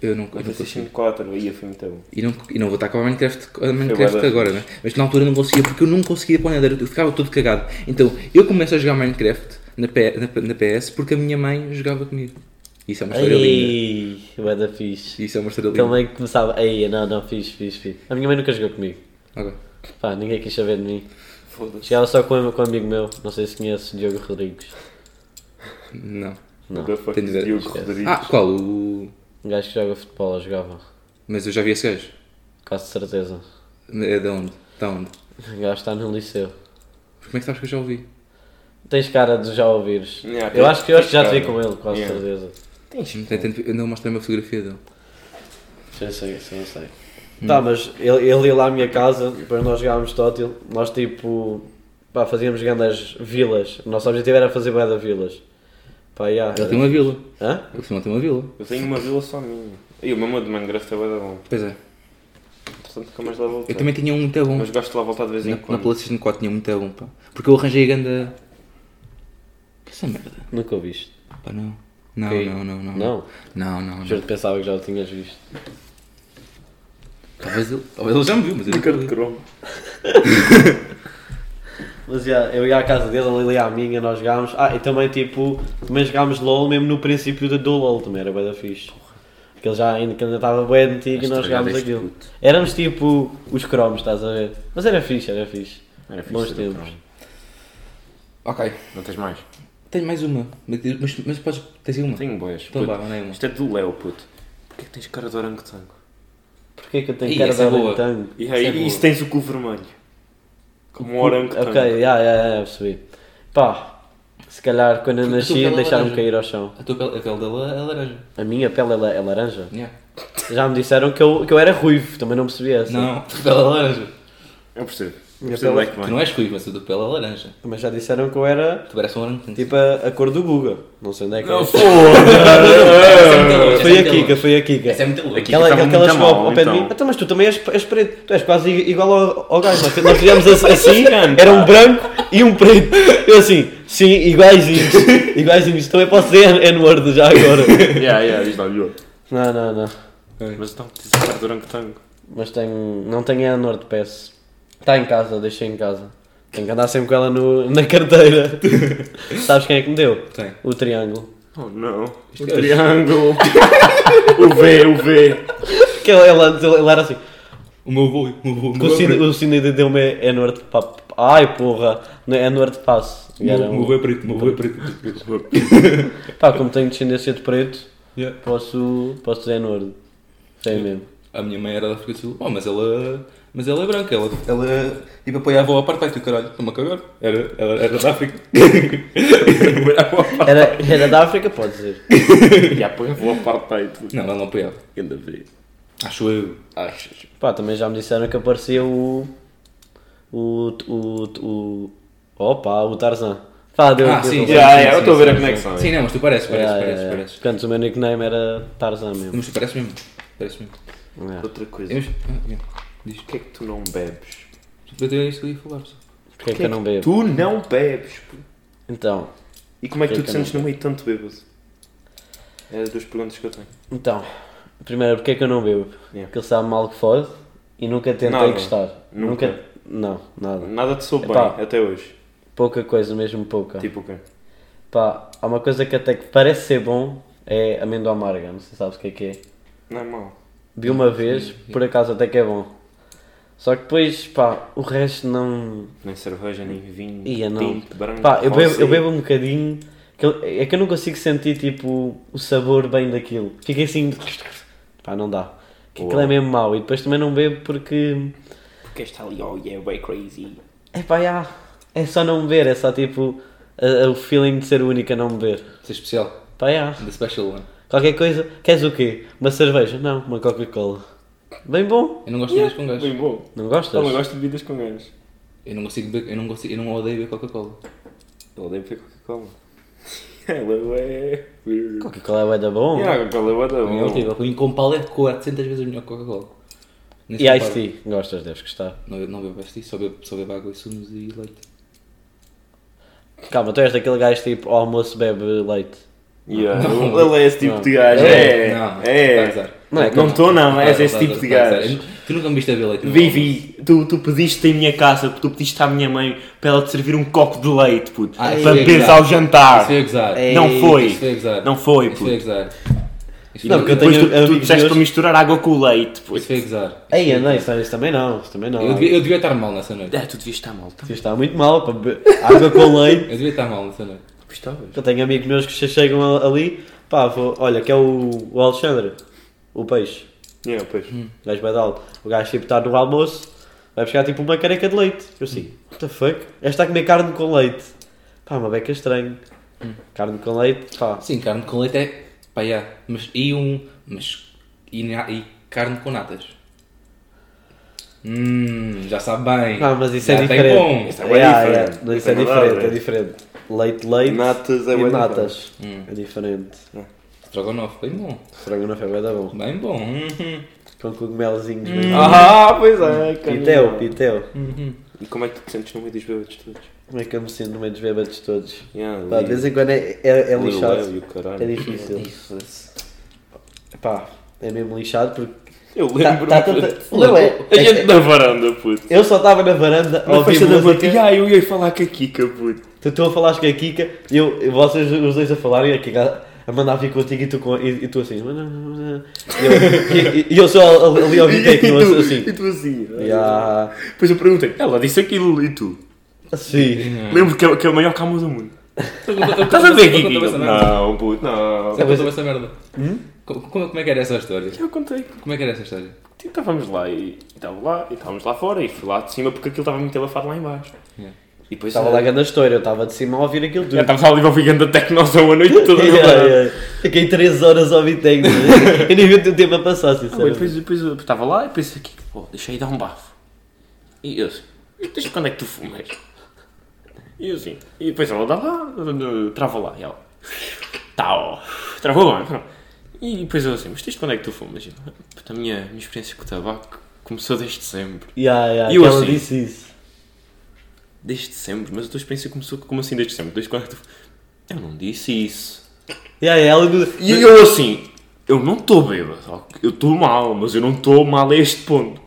Speaker 4: Eu não, eu não
Speaker 2: Foi
Speaker 4: consigo.
Speaker 2: PlayStation 4, ia, foi muito bom.
Speaker 4: E não, e não vou estar a acabar Minecraft, a Minecraft
Speaker 2: verdade.
Speaker 4: agora, né? Mas na altura não conseguia, porque eu não conseguia para o Nether, eu ficava todo cagado. Então eu começo a jogar Minecraft na, P- na P- na PS porque a minha mãe jogava comigo. Isso é uma história linda.
Speaker 3: Ei, bué da fixe.
Speaker 4: Isso é uma história linda.
Speaker 3: Também começava. Ei, não, não, fixe, fixe, fixe. A minha mãe nunca jogou comigo.
Speaker 4: Ok.
Speaker 3: Pá, ninguém quis saber de mim.
Speaker 2: Foda-se.
Speaker 3: Chegava só com, com um amigo meu, não sei se conheces, Diogo Rodrigues.
Speaker 4: Não.
Speaker 2: Nunca foi
Speaker 4: tenho ideia.
Speaker 2: Diogo Rodrigues.
Speaker 4: Ah, qual? O...
Speaker 3: Um gajo que joga futebol, eu jogava.
Speaker 4: Mas eu já vi esse gajo.
Speaker 3: Quase certeza.
Speaker 4: É de onde? De onde?
Speaker 3: O gajo está no liceu.
Speaker 4: Como é que sabes que eu já ouvi?
Speaker 3: Tens cara de já ouvires.
Speaker 2: Yeah,
Speaker 3: eu, acho que, eu acho que já te vi
Speaker 2: tens
Speaker 3: com
Speaker 2: cara.
Speaker 3: ele, quase
Speaker 2: Yeah.
Speaker 3: certeza.
Speaker 4: Eu tento- Eu não mostrei uma fotografia dele.
Speaker 3: Já sei, já sei. Tá, mas ele, ele ia lá à minha casa, depois nós jogávamos Tótil, nós tipo, pá, fazíamos grandes vilas. O nosso objetivo era fazer bué de vilas. Pá, yeah,
Speaker 1: Ele tem uma vila.
Speaker 3: Hã?
Speaker 1: Ele costuma ter uma vila.
Speaker 2: Eu tenho uma vila só minha. E o meu de Minecraft é bué da bom.
Speaker 1: Pois é.
Speaker 2: Portanto, nunca mais lá voltei.
Speaker 1: Eu também tinha um muito bom.
Speaker 2: Mas gosto de lá voltar de vez em
Speaker 1: Na, na
Speaker 2: quando.
Speaker 1: PlayStation 4 tinha um muito bom, pá. Porque eu arranjei a ganda... Que essa merda?
Speaker 3: Nunca o viste.
Speaker 1: Pá, não. Não,
Speaker 3: Ok.
Speaker 1: não, não, não.
Speaker 3: Não?
Speaker 1: Não, não, não.
Speaker 3: Juro que pensava que já o tinhas visto.
Speaker 1: Talvez ele, talvez ele já me viu, mas eu
Speaker 2: Nunca
Speaker 1: nunca
Speaker 2: de Chrome.
Speaker 3: Mas yeah, eu ia à casa dele, ele ia à minha, nós jogámos. Ah, e também tipo, também jogámos LOL mesmo no princípio do, do LOL, também era bué da fixe. Que ele já ainda, que ainda estava bem antigo e nós jogámos
Speaker 1: é este
Speaker 3: aquilo. Éramos tipo os cromos, estás a ver? Mas era fixe, era fixe.
Speaker 2: Era fixe
Speaker 3: Bons
Speaker 2: ser
Speaker 3: tempos.
Speaker 2: o
Speaker 1: Ok.
Speaker 2: Não tens mais?
Speaker 1: Tenho mais uma. Mas, mas, mas podes... Tens aí uma?
Speaker 2: Tenho boas.
Speaker 1: Então vá, manda aí uma.
Speaker 2: Isto é do Léo, puto. Porquê que tens cara de orangotango?
Speaker 3: Porquê que eu
Speaker 1: Ih,
Speaker 3: tenho um cara de
Speaker 1: essa é boa.
Speaker 3: orangotango?
Speaker 2: E
Speaker 1: é
Speaker 2: aí,
Speaker 1: boa.
Speaker 2: e se tens o cu vermelho? Como um orangotango.
Speaker 3: Ok, já, já, já, percebi. Pá, se calhar quando eu
Speaker 1: Que- que
Speaker 3: nasci
Speaker 1: tu pela
Speaker 3: deixaram
Speaker 1: laranja.
Speaker 3: cair ao chão.
Speaker 1: A tua pele, a pele dela é laranja.
Speaker 3: A minha pele é, la- é laranja.
Speaker 1: Yeah.
Speaker 3: Já me disseram que eu, que eu era ruivo, também não assim. percebi essa.
Speaker 1: Não, a tua pele é laranja.
Speaker 2: Eu percebo. Eu
Speaker 3: Minha
Speaker 2: percebo
Speaker 3: pele-
Speaker 2: é que
Speaker 1: Tu
Speaker 2: vai.
Speaker 1: não és ruivo, mas a tua pele é laranja.
Speaker 3: Mas já disseram que eu era
Speaker 1: Tu parece um orangotango.
Speaker 3: tipo a, a cor do Guga. Não sei onde é que é.
Speaker 1: Essa é muito louca,
Speaker 3: Foi
Speaker 1: essa é
Speaker 3: a
Speaker 1: muito
Speaker 3: Kika,
Speaker 1: louca.
Speaker 3: foi a Kika.
Speaker 1: Essa é muito louca.
Speaker 2: Aqui.
Speaker 3: Ela,
Speaker 2: estava
Speaker 3: ela, ela
Speaker 2: muito
Speaker 3: chegou
Speaker 2: mal,
Speaker 3: ao pé de mim.
Speaker 2: então.
Speaker 3: Então, mas tu também és, és preto. Tu és quase i- igual ao, ao gajo. Nós, nós fizemos assim- assim,
Speaker 2: cigano,
Speaker 3: era um branco e um preto. Eu assim, sim, iguaizinhos. Iguaizinhos. Também posso ser N-word já agora.
Speaker 2: Yeah, yeah, diz lá, melhor.
Speaker 3: Não, não, não.
Speaker 2: Mas não, tens a cara de orangotango.
Speaker 3: Mas tenho. Não tenho a Norte PS. Está Tá em casa, deixei em casa. Tenho que andar sempre com ela no, na carteira. Sabes quem é que me deu?
Speaker 1: Tem.
Speaker 3: O triângulo.
Speaker 2: Oh não. O triângulo. o V, o V.
Speaker 3: Que ele, ele, ele era assim.
Speaker 1: O meu avô, o meu avô. O
Speaker 3: que O
Speaker 1: meu
Speaker 3: Cine-
Speaker 1: avô é preto.
Speaker 3: o Cine deu-me é Norte Passo. Ai porra! não É Norte Passo.
Speaker 1: O meu- o meu avô é preto, o meu avô é preto.
Speaker 3: um- Pá, como tenho descendência de preto,
Speaker 1: Yeah.
Speaker 3: posso, posso dizer Norte. Sei mesmo.
Speaker 1: A minha mãe era da África do Sul. Oh, mas ela. Mas ela é branca, ela. Ela. tipo, E apoiava o apartheid, o caralho. Toma cagar. Era, ela era da África.
Speaker 3: Era, era da África, pode dizer.
Speaker 2: E apoia o apartheid.
Speaker 1: não, ela não apoiava.
Speaker 2: Ainda vê.
Speaker 1: Acho eu.
Speaker 2: Achas?
Speaker 3: Pá, também já me disseram que aparecia o. O. O. o opa, o Tarzan. Pá, deu
Speaker 1: Ah,
Speaker 3: deu-
Speaker 1: sim,
Speaker 3: deu-
Speaker 1: sim,
Speaker 2: Yeah, yeah,
Speaker 1: sim,
Speaker 2: eu estou a ver a
Speaker 1: sim,
Speaker 2: conexão.
Speaker 1: Sim, não, mas tu pareces,
Speaker 3: Yeah,
Speaker 1: pareces,
Speaker 3: yeah,
Speaker 1: pareces,
Speaker 3: yeah.
Speaker 1: pareces.
Speaker 3: Portanto, o meu nickname era Tarzan mesmo.
Speaker 1: Mas tu pareces mesmo. Pareces mesmo.
Speaker 3: Yeah.
Speaker 2: Outra coisa.
Speaker 1: Eu- ah, yeah. Diz.
Speaker 2: Porquê é que tu não bebes?
Speaker 1: Eu tenho isto que eu ia falar, pessoal.
Speaker 3: Porquê é que eu não bebo?
Speaker 2: Tu não bebes. pô.
Speaker 3: Então,
Speaker 2: E como é que
Speaker 3: Porquê
Speaker 2: tu
Speaker 3: que
Speaker 2: te
Speaker 3: eu
Speaker 2: sentes no meio de tanto bêbado? É as duas perguntas que eu tenho.
Speaker 3: então. Primeiro, porquê é que eu não bebo?
Speaker 2: Yeah.
Speaker 3: Porque ele sabe mal que fode e nunca tentei
Speaker 2: Nada.
Speaker 3: gostar.
Speaker 2: Nunca.
Speaker 3: Não, nada.
Speaker 2: Nada te soube
Speaker 3: Epá.
Speaker 2: bem até hoje.
Speaker 3: Pouca coisa, mesmo pouca.
Speaker 2: Tipo o quê?
Speaker 3: Pá, há uma coisa que até que parece ser bom é amêndoa amarga, não sei se sabes o que é que é.
Speaker 2: Não é mau.
Speaker 3: Vi uma vez, por acaso até que é bom. Só que depois, pá, o resto não.
Speaker 2: Nem cerveja, nem vinho,
Speaker 3: Ia não.
Speaker 2: tinto, branco.
Speaker 3: Pá, eu bebo, eu
Speaker 2: rosé.
Speaker 3: bebo um bocadinho. que eu- é que eu não consigo sentir tipo o sabor bem daquilo. Fiquei assim. Pá, não dá. Que aquilo é
Speaker 2: Uau.
Speaker 3: mesmo mau. E depois também não bebo porque.
Speaker 2: Porque está ali, oh yeah, way crazy.
Speaker 3: É pá, já, é só não beber, é só tipo a- a- o feeling de ser o único a não beber.
Speaker 1: Isso é especial.
Speaker 3: Pá, já.
Speaker 1: The special one.
Speaker 3: Qualquer coisa. Queres o quê? Uma cerveja? Não, uma Coca-Cola. Bem bom.
Speaker 1: Eu não gosto de bebidas com
Speaker 2: Bem
Speaker 1: gás.
Speaker 2: bom.
Speaker 3: Não gostas?
Speaker 2: Ela gosta de bebidas com gás.
Speaker 1: Eu não consigo beber, eu não consigo, eu não odeio beber Coca-Cola.
Speaker 2: Ela deve beber Coca-Cola. Ela é. weird.
Speaker 3: Coca-Cola é bué da bom.
Speaker 2: Yeah, Coca-Cola é da
Speaker 1: É
Speaker 2: bom.
Speaker 1: horrível. O Compal é 400 vezes melhor que Coca-Cola. Nem se
Speaker 3: E
Speaker 1: compara.
Speaker 3: Ice Tea? Gostas, deves gostar.
Speaker 1: Não, eu não bebo ice só bebo, só bebo água e sumos e leite.
Speaker 3: Calma, tu és daquele gajo tipo ao almoço bebe leite.
Speaker 2: Yeah. Ela é esse tipo de gajo.
Speaker 3: Não.
Speaker 2: É.
Speaker 1: Não, tá a
Speaker 2: É.
Speaker 1: gozar.
Speaker 3: Não é
Speaker 2: Não estou, não.
Speaker 1: Tá,
Speaker 2: És
Speaker 1: tá,
Speaker 2: esse
Speaker 1: tá,
Speaker 2: tipo
Speaker 1: tá,
Speaker 2: de
Speaker 1: tá, tá,
Speaker 2: gajo.
Speaker 1: tá. Tu nunca me viste a beber leite. não?
Speaker 2: Vivi, tu, tu pediste em minha casa, tu pediste à minha mãe para ela te servir um copo de leite, puto,
Speaker 1: Ah, isso
Speaker 2: para
Speaker 1: é
Speaker 2: beberes
Speaker 1: verdade.
Speaker 2: ao jantar.
Speaker 1: Isso foi a
Speaker 4: é
Speaker 1: gozar.
Speaker 2: Não foi.
Speaker 1: Isso foi a gozar.
Speaker 2: Não foi,
Speaker 1: Isso é foi a
Speaker 2: puto.
Speaker 1: gozar. Isso foi-
Speaker 3: Não, porque eu
Speaker 2: Depois
Speaker 3: tenho
Speaker 2: tu, tu
Speaker 3: amigos
Speaker 2: disseste
Speaker 3: meus-
Speaker 2: para misturar água com o leite,
Speaker 1: Isso
Speaker 2: puto.
Speaker 1: foi a gozar.
Speaker 3: Ei, eu não, isso, isso também não, isso também não.
Speaker 1: Eu devia, eu devia estar mal nessa noite.
Speaker 2: Ah, tu devias estar mal, tá?
Speaker 3: Isso está muito mal para beber água com leite.
Speaker 1: Eu devia estar mal nessa noite.
Speaker 2: Gostavas?
Speaker 3: Eu tenho amigos meus que che- chegam a- ali, pá, vou, olha, que é o, o Alexandre, o peixe,
Speaker 2: Yeah, pois.
Speaker 3: o gajo badal. O gajo tipo está no almoço, vai buscar tipo uma careca de leite. Eu assim, what the fuck? Esta a comer carne com leite. Pá, uma beca estranho. Carne com leite, pá.
Speaker 1: Sim, carne com leite é. pá, já. Mas. E um. Mas. E, na- e carne com natas.
Speaker 4: Hum, já sabe bem.
Speaker 3: Não, mas isso é
Speaker 4: Já tem
Speaker 3: diferente.
Speaker 4: bom.
Speaker 2: Isso é bem
Speaker 3: Yeah,
Speaker 2: diferente.
Speaker 3: yeah. Não, Isso é
Speaker 2: Isso é verdade,
Speaker 3: diferente, é
Speaker 2: é.
Speaker 3: diferente. Leite, leite
Speaker 2: Natas é
Speaker 3: e
Speaker 2: bué da
Speaker 3: natas. É diferente.
Speaker 4: Estrogonofe, bem bom.
Speaker 3: Estrogonofe é bué da bom.
Speaker 4: Bem bom. Uhum.
Speaker 3: Com cogumelozinhos. mesmo.
Speaker 2: Ah, pois é, cara.
Speaker 3: Pitel, pitel.
Speaker 2: E como é que tu te sentes no meio dos bebês todos?
Speaker 3: Como é que eu me sinto no meio dos bêbados todos?
Speaker 1: Ah,
Speaker 2: Yeah,
Speaker 3: Pá, de vez em quando é, é, é
Speaker 2: Lil
Speaker 3: lixado.
Speaker 2: Lel e o caralho.
Speaker 3: É difícil. Pá, é mesmo lixado porque.
Speaker 2: Eu lembro.
Speaker 3: Tá, tá, tanta- Não é?
Speaker 2: A
Speaker 3: é-
Speaker 2: gente
Speaker 3: é-
Speaker 2: na varanda, puto.
Speaker 3: Eu só estava na varanda a
Speaker 2: Na
Speaker 3: ouvir
Speaker 2: festa da puta.
Speaker 3: música.
Speaker 2: Ah, eu ia falar com a Kika, puto.
Speaker 3: Tu tu a falares com a Kika e eu, e vocês os dois a falarem e a Kika a mandar vir contigo e tu, com- e, e tu assim. E eu, e- e eu só ali ao
Speaker 2: E
Speaker 3: Vitec,
Speaker 2: tu
Speaker 3: assim.
Speaker 2: E tu assim.
Speaker 3: Ya,
Speaker 2: Depois eu perguntei, ela disse aquilo e tu?
Speaker 3: Sim.
Speaker 2: Lembro que é, que é a maior calma do mundo. Estás a ver, Kika?
Speaker 4: Eu contava essa merda.
Speaker 2: Não, puto, não.
Speaker 4: Você contou essa merda. Co- Como, como é que era essa história?
Speaker 2: Eu contei.
Speaker 4: Como é que era essa história?
Speaker 2: Tipo, estávamos lá e e estava lá, e estávamos lá fora e fui lá de cima porque aquilo estava muito abafado lá embaixo.
Speaker 4: Yeah.
Speaker 2: E depois eh,
Speaker 3: Estava lá a grande história, eu estava de cima a ouvir aquilo tudo.
Speaker 2: Já estávamos ali ouvindo a Tecnozão a noite toda.
Speaker 3: Yeah,
Speaker 2: não é?
Speaker 3: yeah. Fiquei 3 horas a ouvir Tecno. Eu nem vi o tempo a passar,
Speaker 2: Ah, bem,
Speaker 3: sinceramente.
Speaker 2: depois, depois eu estava lá e pensei aqui, pô, deixa eu ir dar um bafo. E eu assim, desde quando é que tu fumas? E eu assim, e depois ela dá lá, trava lá, e ela, tá, ó, travou bem, pronto. E depois eu assim, mas desde quando é que tu fumas? E ela, "Puta, A minha, a minha experiência com o tabaco começou desde sempre.
Speaker 3: Yeah, yeah,
Speaker 2: E eu
Speaker 3: que ela
Speaker 2: assim?
Speaker 3: disse isso.
Speaker 2: Desde sempre? Mas a tua experiência começou como assim desde sempre? Desde quando é que tu... Eu não disse isso.
Speaker 3: Yeah, yeah, ela
Speaker 2: E eu assim, eu não estou bêbado, eu estou mal, mas eu não estou mal a este ponto.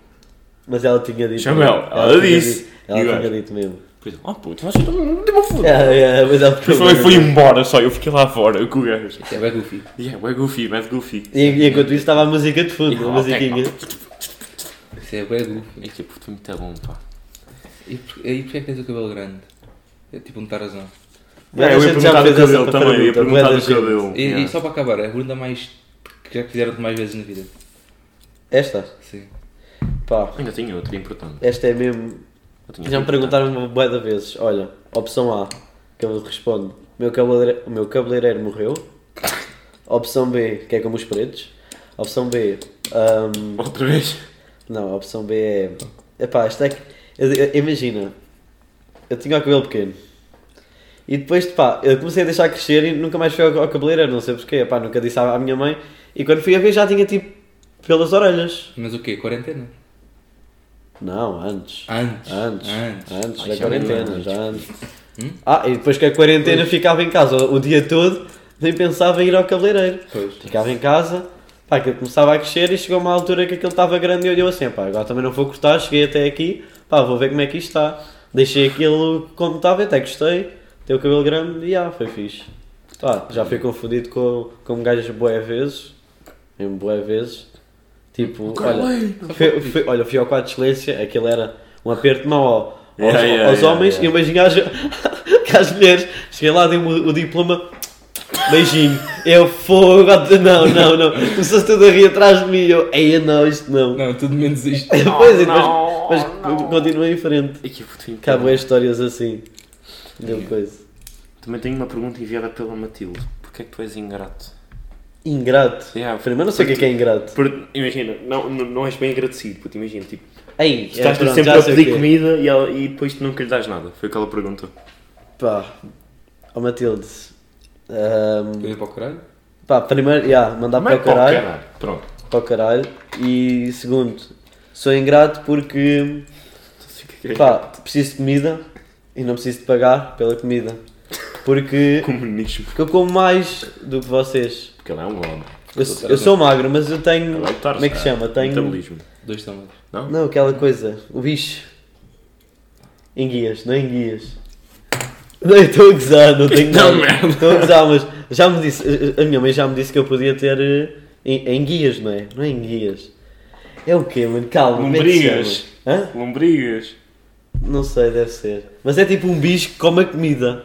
Speaker 3: Mas ela tinha dito.
Speaker 2: Chama ela, ela
Speaker 3: tinha
Speaker 2: disse.
Speaker 3: dito-
Speaker 2: E o
Speaker 3: Ela tinha
Speaker 2: gajo?
Speaker 3: dito mesmo.
Speaker 2: Por exemplo, ah puto, mas eu não não dei uma foda.
Speaker 3: Yeah, yeah, mas ela
Speaker 2: Depois ele foi embora só, eu fiquei lá fora com o gajo.
Speaker 4: É bem goofy.
Speaker 2: E é, ué, goofy, mad goofy.
Speaker 3: E, e enquanto isso estava a música de fundo, a
Speaker 2: Ah, ok,
Speaker 3: musiquinha.
Speaker 4: Isso é bem goofy.
Speaker 2: É que puto, muito bom, pá.
Speaker 4: E por, e porquê é que tens o cabelo grande? É tipo um tarazão.
Speaker 3: Mas
Speaker 2: É,
Speaker 3: a
Speaker 2: eu ia
Speaker 3: gente já
Speaker 2: perguntar do
Speaker 3: fez essa
Speaker 2: cabelo também, eu ia
Speaker 3: pergunta,
Speaker 2: perguntar do
Speaker 3: bué da gente.
Speaker 2: cabelo.
Speaker 4: E,
Speaker 2: Yeah.
Speaker 4: e só para acabar, é a pergunta mais que já fizeram-te mais vezes na vida.
Speaker 3: Esta?
Speaker 4: Sim.
Speaker 3: Pá,
Speaker 2: Ainda tenho outra importante.
Speaker 3: esta é mesmo.
Speaker 2: Eu tenho
Speaker 3: Já me
Speaker 2: outra
Speaker 3: perguntaram uma bué de vezes. Olha, opção A, que eu respondo: meu cabeleireiro, o meu cabeleireiro morreu. Opção B, que é como os pretos. Opção B, ahm,
Speaker 2: importante. Outra vez?
Speaker 3: não, a opção B é. Epá, esta é que. eu- eu- Imagina, eu tinha o cabelo pequeno. E depois, pá, eu comecei a deixar crescer e nunca mais fui ao, ao cabeleireiro, não sei porquê. Epá, nunca disse à, à minha mãe. E quando fui a ver já tinha tipo pelas orelhas.
Speaker 4: Mas o quê? Quarentena?
Speaker 3: Não, antes.
Speaker 4: Antes.
Speaker 3: Antes. Antes,
Speaker 4: Antes.
Speaker 3: da
Speaker 4: Ai, já me
Speaker 3: quarentena,
Speaker 4: lembro. Hum?
Speaker 3: já antes. Ah, e depois que a quarentena ficava em casa o dia todo, nem pensava em ir ao cabeleireiro.
Speaker 4: Pois.
Speaker 3: Ficava em casa, pá, aquilo começava a crescer e chegou uma altura que aquilo estava grande e eu deu assim, pá, agora também não vou cortar, cheguei até aqui, pá, vou ver como é que isto está. Deixei aquilo como estava, até gostei, tenho o cabelo grande e ah, foi fixe. Pá, já fui confundido com, com gajas boé vezes, mesmo boé vezes. Tipo, olha, fui, fui- olha, fui ao quadro de excelência, aquilo era um aperto de mão ao- aos,
Speaker 2: Yeah, yeah,
Speaker 3: aos
Speaker 2: yeah,
Speaker 3: homens
Speaker 2: yeah.
Speaker 3: e imagina às, que às mulheres. Cheguei lá, dei-me o, o diploma, beijinho, eu fogo, não, não, não. Começou-se tudo a rir atrás de mim e eu, eia, não, isto não.
Speaker 4: Não, tudo menos isto.
Speaker 3: Pois, e depois,
Speaker 2: não,
Speaker 3: depois
Speaker 2: não.
Speaker 3: continuei em frente.
Speaker 2: É que puto, então.
Speaker 3: Acabam as histórias assim. Deu coisa.
Speaker 2: Também tenho uma pergunta enviada pela Matilde. Porquê é que tu és ingrato?
Speaker 3: Ingrato.
Speaker 2: Yeah,
Speaker 3: Primeiro não sei o que é que é ingrato.
Speaker 2: Por- imagina, não, não, não és bem agradecido, puto, imagina, tipo,
Speaker 3: Ei, é,
Speaker 2: estás
Speaker 3: pronto,
Speaker 2: sempre
Speaker 3: já
Speaker 2: a
Speaker 3: sei o
Speaker 2: pedir
Speaker 3: que é.
Speaker 2: comida e, ela- e depois tu nunca lhe dás nada. Foi o que ela perguntou.
Speaker 3: Pá, ó Matilde. ahm,
Speaker 4: Coisa para o caralho?
Speaker 3: pá, primeiro, yeah, mandar
Speaker 2: Mas,
Speaker 3: para o caralho.
Speaker 2: pá, caralho. é Pronto.
Speaker 3: para o caralho. E segundo, sou ingrato porque pá, preciso de comida e não preciso de pagar pela comida. Porque,
Speaker 2: Comunismo.
Speaker 3: porque eu como mais do que vocês.
Speaker 2: Porque ela é um homem.
Speaker 3: Eu, eu sou magro, mas eu tenho.
Speaker 2: Ela é o Tarzan.
Speaker 3: Como é que se chama? Tenho.
Speaker 2: Metabolismo.
Speaker 4: Dois tamanhos.
Speaker 3: Não, aquela coisa. O bicho. Enguias, não é enguias. Não, eu estou a gozar, não tenho
Speaker 2: Não,
Speaker 3: nada.
Speaker 2: merda.
Speaker 3: Estou a gozar, mas já me disse, a a minha mãe já me disse que eu podia ter eh, em, em guias, não é? Não é em guias. É o quê, mano? Calma, como é que se chama?
Speaker 2: Lombrigas.
Speaker 3: Hã?
Speaker 2: Lombrigas.
Speaker 3: Não sei, deve ser. Mas é tipo um bicho que come a comida.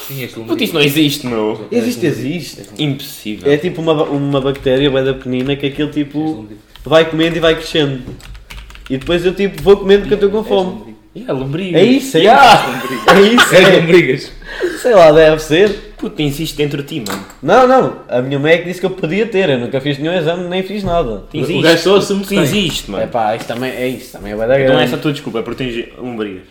Speaker 4: Sim, este
Speaker 2: Puto, isso
Speaker 4: lombrigo.
Speaker 2: não existe, meu.
Speaker 3: Existe, existe.
Speaker 2: Impossível.
Speaker 3: É tipo uma, ba- uma bactéria bem da penina que aquilo tipo vai comendo e vai crescendo. E depois eu tipo vou comendo porque eu estou com fome.
Speaker 2: Yeah, É lombrigas.
Speaker 3: É isso, é isso. É isso,
Speaker 4: É
Speaker 3: é.
Speaker 4: lombrigas.
Speaker 3: Sei lá, deve ser.
Speaker 2: Puta, insiste dentro de ti, mano.
Speaker 3: Não, não. A minha mãe é que disse que eu podia ter. Eu nunca fiz nenhum exame, nem fiz nada.
Speaker 2: Tu insiste.
Speaker 3: O gajo só assume que
Speaker 2: Tu
Speaker 3: tem.
Speaker 2: insiste, mano.
Speaker 3: É pá, isso também é isso. Também é bué da
Speaker 2: Então
Speaker 3: grande.
Speaker 2: essa é a tua desculpa, é porque tens lombrigas.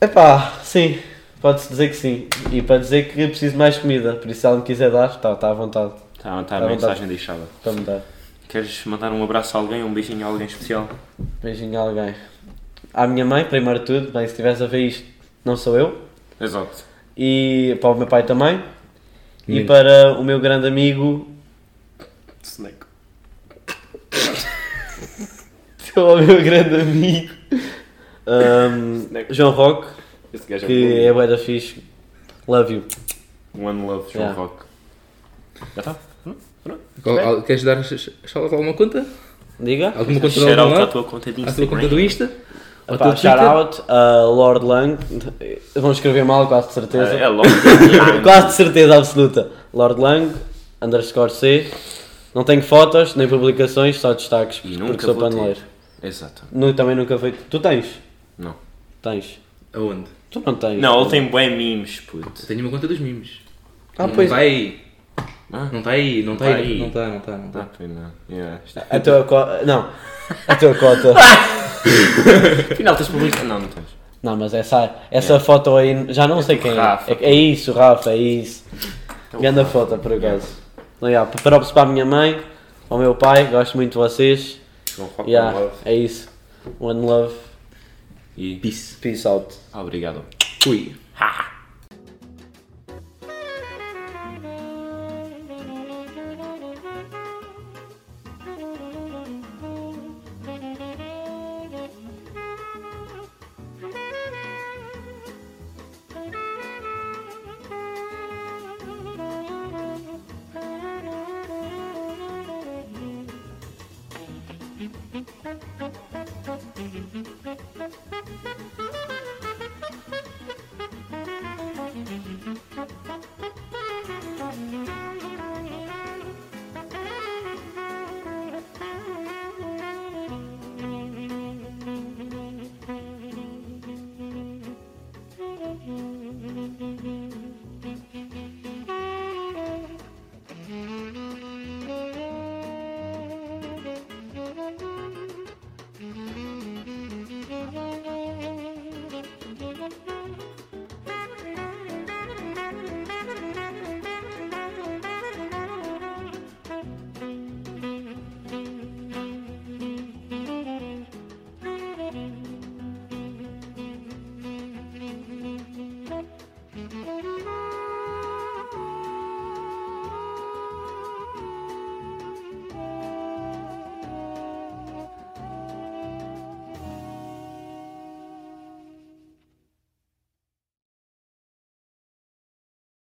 Speaker 3: Epá, É sim, pode-se dizer que sim. E para dizer que preciso de mais comida, por isso se ela me quiser dar, está tá à vontade
Speaker 2: Está tá
Speaker 3: Tá
Speaker 2: a
Speaker 3: bom,
Speaker 2: mensagem deixada.
Speaker 3: para me dar.
Speaker 2: Queres mandar um abraço a alguém, um beijinho a alguém especial?
Speaker 3: Beijinho a alguém. À minha mãe, primeiro de tudo, bem, se estiveres a ver isto, não sou eu.
Speaker 2: Exato.
Speaker 3: E para o meu pai também. E
Speaker 1: Hum.
Speaker 3: para o meu grande amigo.
Speaker 4: Snack.
Speaker 3: Para o meu é um grande amigo. ahm, João Roque,
Speaker 4: Esse gajo
Speaker 3: que
Speaker 4: é
Speaker 3: é bué da fixe. Love you.
Speaker 2: One Love, João
Speaker 3: Yeah.
Speaker 2: Rock. Já está?
Speaker 4: bom. Queres dar as salas alguma conta?
Speaker 3: Diga.
Speaker 4: Alguma conta de
Speaker 2: Shout
Speaker 4: algum
Speaker 2: out à
Speaker 4: lado?
Speaker 2: tua conta de
Speaker 4: À tua
Speaker 2: Instagram.
Speaker 4: conta do Insta? Ao
Speaker 3: Epá,
Speaker 4: teu
Speaker 3: shout
Speaker 4: Twitter?
Speaker 3: out a Lord Lang. Vão escrever mal, quase de certeza.
Speaker 2: É, é logo.
Speaker 3: Quase de certeza absoluta. Lord Lang, underscore C. Não tenho fotos, nem publicações, só destaques.
Speaker 2: E
Speaker 3: porque
Speaker 2: nunca
Speaker 3: sou
Speaker 2: vou ter.
Speaker 3: paneleiro.
Speaker 2: Exato.
Speaker 3: Nu- Também nunca fui. Tu tens?
Speaker 2: Não.
Speaker 3: Tens.
Speaker 4: Aonde?
Speaker 3: Tu não tens.
Speaker 2: Não, ele tem bem memes, puto.
Speaker 4: Tenho uma conta dos mimos.
Speaker 3: Ah,
Speaker 4: não
Speaker 3: pois.
Speaker 4: está aí.
Speaker 2: Ah,
Speaker 4: Não está aí, não está
Speaker 2: Não tá
Speaker 4: aí.
Speaker 2: aí.
Speaker 4: Não está, não está, não está.
Speaker 2: ah, pois não. Yeah. isto-
Speaker 3: A tua cota. Não. A tua cota.
Speaker 2: Afinal, tens publicado? Não, não tens.
Speaker 3: Não, mas essa, essa foto aí. Já não sei quem é.
Speaker 2: Rafa. É
Speaker 3: é. É isso, Rafa, é isso. Grande foto, por acaso. Legal. Props para a minha mãe, ao meu pai, gosto muito de vocês.
Speaker 2: João Rock,
Speaker 3: Yeah,
Speaker 2: One Love.
Speaker 3: é isso. One love.
Speaker 2: E.
Speaker 1: Peace.
Speaker 3: Peace out.
Speaker 2: Ah, obrigado.
Speaker 1: Fui.